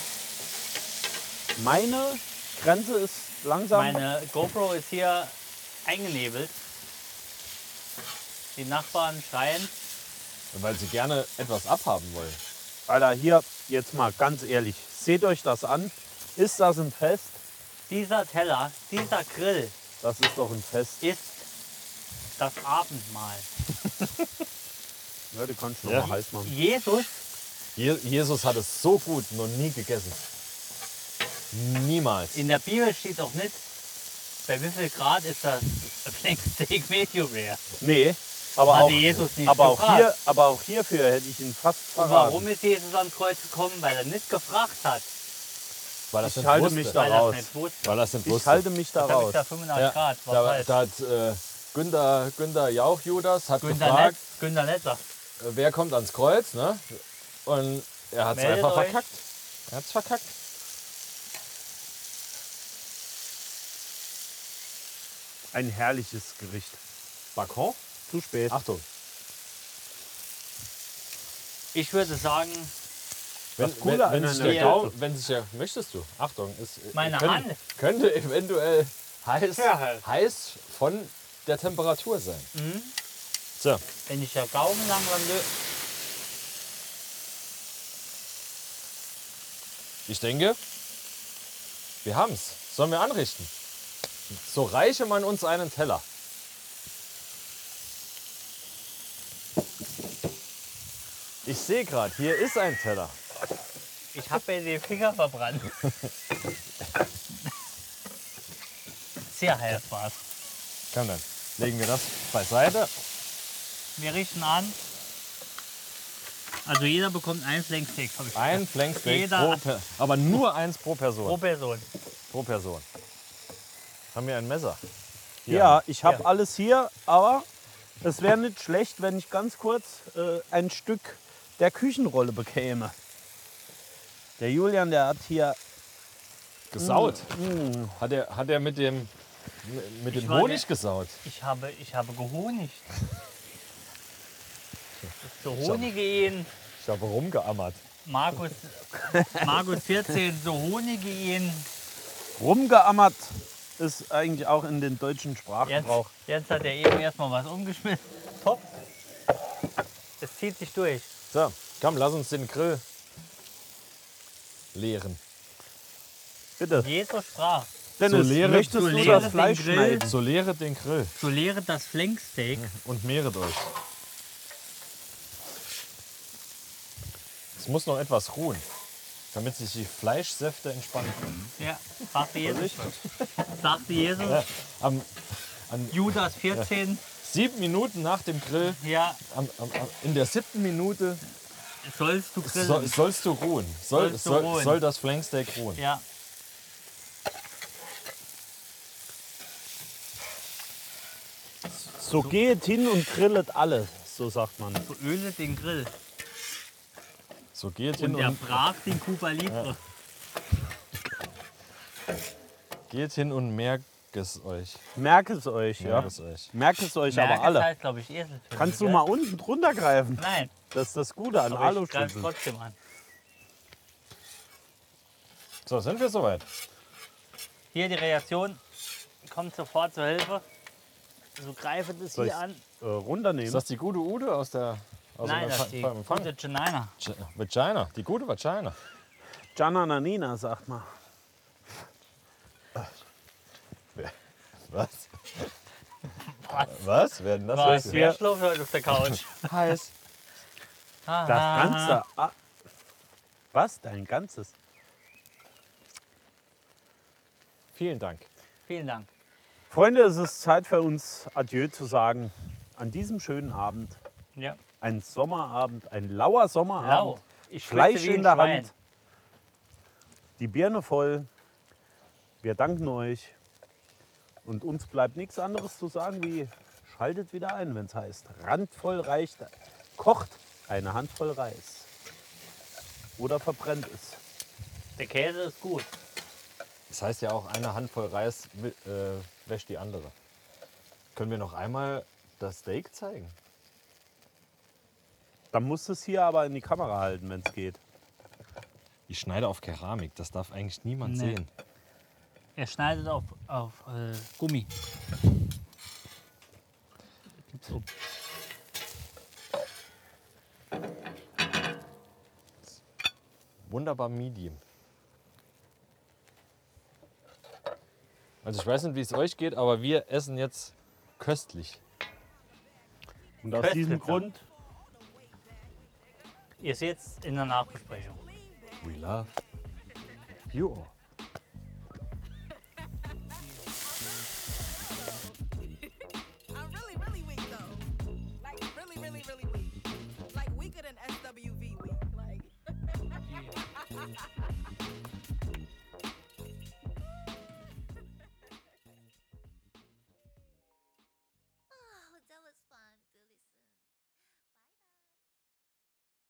[SPEAKER 2] Meine Grenze ist langsam.
[SPEAKER 1] Meine GoPro ist hier eingenebelt. Die Nachbarn schreien.
[SPEAKER 3] Weil sie gerne etwas abhaben wollen.
[SPEAKER 2] Alter, hier, jetzt mal ganz ehrlich. Seht euch das an. Ist das ein Fest?
[SPEAKER 1] Dieser Teller, dieser Grill
[SPEAKER 2] Das ist doch ein Fest.
[SPEAKER 1] ist das Abendmahl.
[SPEAKER 2] Ja, du kannst schon
[SPEAKER 3] Ja.
[SPEAKER 2] mal heiß machen.
[SPEAKER 1] Jesus,
[SPEAKER 3] Je- Jesus hat es so gut noch nie gegessen. Niemals.
[SPEAKER 1] in der Bibel steht doch nicht, bei wie viel Grad ist das Flanksteak Medium Rare.
[SPEAKER 2] Nee, aber
[SPEAKER 1] Hatte
[SPEAKER 2] auch,
[SPEAKER 1] Jesus nicht
[SPEAKER 2] aber, auch
[SPEAKER 1] gefragt.
[SPEAKER 2] hier, aber auch hierfür hätte ich ihn fast
[SPEAKER 1] Und
[SPEAKER 2] verraten.
[SPEAKER 1] warum ist Jesus ans Kreuz gekommen? Weil er nicht gefragt hat.
[SPEAKER 3] Weil das
[SPEAKER 2] ich
[SPEAKER 3] nicht
[SPEAKER 2] halte
[SPEAKER 3] wusste.
[SPEAKER 2] mich da
[SPEAKER 1] Weil er
[SPEAKER 2] raus.
[SPEAKER 1] es nicht wusste.
[SPEAKER 3] Weil das nicht
[SPEAKER 2] Ich
[SPEAKER 3] wusste.
[SPEAKER 2] halte mich da
[SPEAKER 1] Da ist
[SPEAKER 2] raus.
[SPEAKER 1] da 85
[SPEAKER 3] ja,
[SPEAKER 1] Grad. War
[SPEAKER 3] da,
[SPEAKER 1] falsch.
[SPEAKER 3] da hat äh, Günther, Günther Jauch Judas hat
[SPEAKER 1] Günther
[SPEAKER 3] gefragt,
[SPEAKER 1] Netz, Günther Netzer.
[SPEAKER 3] äh, wer kommt ans Kreuz, ne? Und er hat es
[SPEAKER 1] Meldet
[SPEAKER 3] einfach
[SPEAKER 1] euch.
[SPEAKER 3] verkackt. Er hat's verkackt.
[SPEAKER 2] Ein herrliches Gericht.
[SPEAKER 3] Bacon?
[SPEAKER 2] Zu spät.
[SPEAKER 3] Achtung.
[SPEAKER 1] Ich würde sagen,
[SPEAKER 3] Wenn,
[SPEAKER 2] Coole
[SPEAKER 3] wenn,
[SPEAKER 2] an
[SPEAKER 3] wenn,
[SPEAKER 2] einer
[SPEAKER 3] sich der
[SPEAKER 1] Gauze.
[SPEAKER 3] Gau, wenn sich der, möchtest du? Achtung, ist,
[SPEAKER 1] Meine
[SPEAKER 3] könnte,
[SPEAKER 1] Hand.
[SPEAKER 3] könnte eventuell heiß,
[SPEAKER 1] Ja, halt.
[SPEAKER 3] heiß von der Temperatur sein.
[SPEAKER 1] Mhm.
[SPEAKER 3] So,
[SPEAKER 1] wenn ich der Gaumen langsam lö
[SPEAKER 3] ich denke, wir haben's. Sollen wir anrichten? So reiche man uns einen Teller. Ich sehe gerade, hier ist ein Teller.
[SPEAKER 1] Ich habe mir den Finger verbrannt. Sehr heiß war's.
[SPEAKER 3] Komm dann, legen wir das beiseite.
[SPEAKER 1] Wir richten an. Also jeder bekommt ein Flanksteak vom
[SPEAKER 2] Ah,
[SPEAKER 1] Chef.
[SPEAKER 3] Ein Flanksteak
[SPEAKER 1] Jeder-
[SPEAKER 3] pro Per- aber nur eins pro Person.
[SPEAKER 1] Pro Person.
[SPEAKER 3] Pro Person. Haben wir ein Messer?
[SPEAKER 2] Ja, ich habe alles hier, aber es wäre nicht schlecht, wenn ich ganz kurz äh, ein Stück der Küchenrolle bekäme. Der Julian, der hat hier,
[SPEAKER 3] Gesaut. Mm. Hat, er, hat er mit dem, mit
[SPEAKER 1] Ich
[SPEAKER 3] dem
[SPEAKER 1] meine-
[SPEAKER 3] Honig gesaut?
[SPEAKER 1] Ich habe, ich habe gehonigt. So honige ihn.
[SPEAKER 3] Ich habe rumgeammert.
[SPEAKER 1] Markus, Markus 14, so honige ihn.
[SPEAKER 2] rumgeammert, ist eigentlich auch in den deutschen
[SPEAKER 1] Jetzt,
[SPEAKER 2] Sprachgebrauch.
[SPEAKER 1] jetzt hat er eben erstmal was umgeschmissen. Top. Es zieht sich durch.
[SPEAKER 3] So, komm, lass uns den Grill leeren.
[SPEAKER 2] Bitte,
[SPEAKER 1] Jesus sprach.
[SPEAKER 2] Dennis,
[SPEAKER 3] so leere-
[SPEAKER 2] möchtest
[SPEAKER 1] so
[SPEAKER 2] du
[SPEAKER 1] leere
[SPEAKER 2] das Fleisch
[SPEAKER 1] den Grill.
[SPEAKER 2] schneiden?
[SPEAKER 3] So leere den Grill
[SPEAKER 1] So leere das Flanksteak.
[SPEAKER 3] und mehret euch. Es muss noch etwas ruhen, damit sich die Fleischsäfte entspannen.
[SPEAKER 1] Ja, sagte Jesus. Sagte Jesus.
[SPEAKER 3] Ja, am, an
[SPEAKER 1] Judas 14.
[SPEAKER 3] sieben Minuten nach dem Grill,
[SPEAKER 1] Ja,
[SPEAKER 3] am, am, am, in der siebten Minute
[SPEAKER 1] sollst du
[SPEAKER 3] So,
[SPEAKER 1] grillen.
[SPEAKER 3] sollst du ruhen? Soll,
[SPEAKER 1] Sollst du
[SPEAKER 3] soll,
[SPEAKER 1] ruhen.
[SPEAKER 3] soll das Flanksteak ruhen?
[SPEAKER 1] Ja.
[SPEAKER 2] So geht hin und grillet alles, so sagt man.
[SPEAKER 1] So ölet den Grill.
[SPEAKER 3] So geht hin
[SPEAKER 1] Und er
[SPEAKER 3] und,
[SPEAKER 1] brach den Cuba Libre.
[SPEAKER 3] geht hin und merkt es euch.
[SPEAKER 2] Merkt es euch, ja.
[SPEAKER 3] Merkt es euch.
[SPEAKER 2] Merkt es halt. euch
[SPEAKER 1] Merke
[SPEAKER 2] aber alle.
[SPEAKER 1] heißt, glaube ich, Eselpilz.
[SPEAKER 2] Kannst du
[SPEAKER 1] gell?
[SPEAKER 2] mal unten drunter greifen?
[SPEAKER 1] Nein.
[SPEAKER 2] Das ist das Gute an
[SPEAKER 1] Aber ich greif's
[SPEAKER 2] Aluschüsseln.
[SPEAKER 1] trotzdem an.
[SPEAKER 3] So, sind wir soweit?
[SPEAKER 1] Hier die Reaktion. Kommt sofort zur Hilfe. So greife das
[SPEAKER 2] Soll
[SPEAKER 1] hier
[SPEAKER 2] ich's-
[SPEAKER 1] an.
[SPEAKER 2] Äh, runternehmen.
[SPEAKER 3] Ist das die gute Ude aus der aus
[SPEAKER 1] Nein,
[SPEAKER 2] also
[SPEAKER 3] dem
[SPEAKER 1] das
[SPEAKER 3] Empfang-
[SPEAKER 1] ist die
[SPEAKER 3] vom Empfang?
[SPEAKER 1] gute Janina.
[SPEAKER 3] Ge- Vagina, die gute Vagina.
[SPEAKER 2] Giannanina, sagt mal.
[SPEAKER 3] Was?
[SPEAKER 1] Was?
[SPEAKER 3] Was? Werden das
[SPEAKER 1] War
[SPEAKER 3] jetzt?
[SPEAKER 1] sehr schlau für heute auf der Couch.
[SPEAKER 3] heiß?
[SPEAKER 2] Das
[SPEAKER 1] Ah.
[SPEAKER 2] ganze. A Was? Dein ganzes?
[SPEAKER 3] Vielen Dank.
[SPEAKER 1] Vielen Dank.
[SPEAKER 2] Freunde, es ist Zeit für uns, Adieu zu sagen. An diesem schönen Abend,
[SPEAKER 1] Ja.
[SPEAKER 2] ein Sommerabend, ein lauer Sommerabend.
[SPEAKER 1] Lau. Ich
[SPEAKER 2] Fleisch
[SPEAKER 1] schwitze wie
[SPEAKER 2] in
[SPEAKER 1] ein
[SPEAKER 2] der
[SPEAKER 1] Schwein.
[SPEAKER 2] Hand. Die Birne voll. Wir danken euch. Und uns bleibt nichts anderes zu sagen, wie schaltet wieder ein, wenn es heißt, randvoll reicht, kocht eine Handvoll Reis. Oder verbrennt es.
[SPEAKER 1] Der Käse ist gut.
[SPEAKER 3] Das heißt ja auch, eine Handvoll Reis wi- äh, wäscht die andere. Können wir noch einmal das Steak zeigen?
[SPEAKER 2] Dann musst du es hier aber in die Kamera halten, wenn es geht.
[SPEAKER 3] Ich schneide auf Keramik, das darf eigentlich niemand
[SPEAKER 1] Nee.
[SPEAKER 3] sehen.
[SPEAKER 1] Er schneidet auf, auf äh, Gummi. Gibt's um.
[SPEAKER 3] Wunderbar medium. Also ich weiß nicht, wie es euch geht, aber wir essen jetzt köstlich.
[SPEAKER 2] Und aus
[SPEAKER 1] Köstlich,
[SPEAKER 2] diesem
[SPEAKER 1] ja.
[SPEAKER 2] Grund
[SPEAKER 1] Ihr seht in der Nachbesprechung.
[SPEAKER 3] We love you all.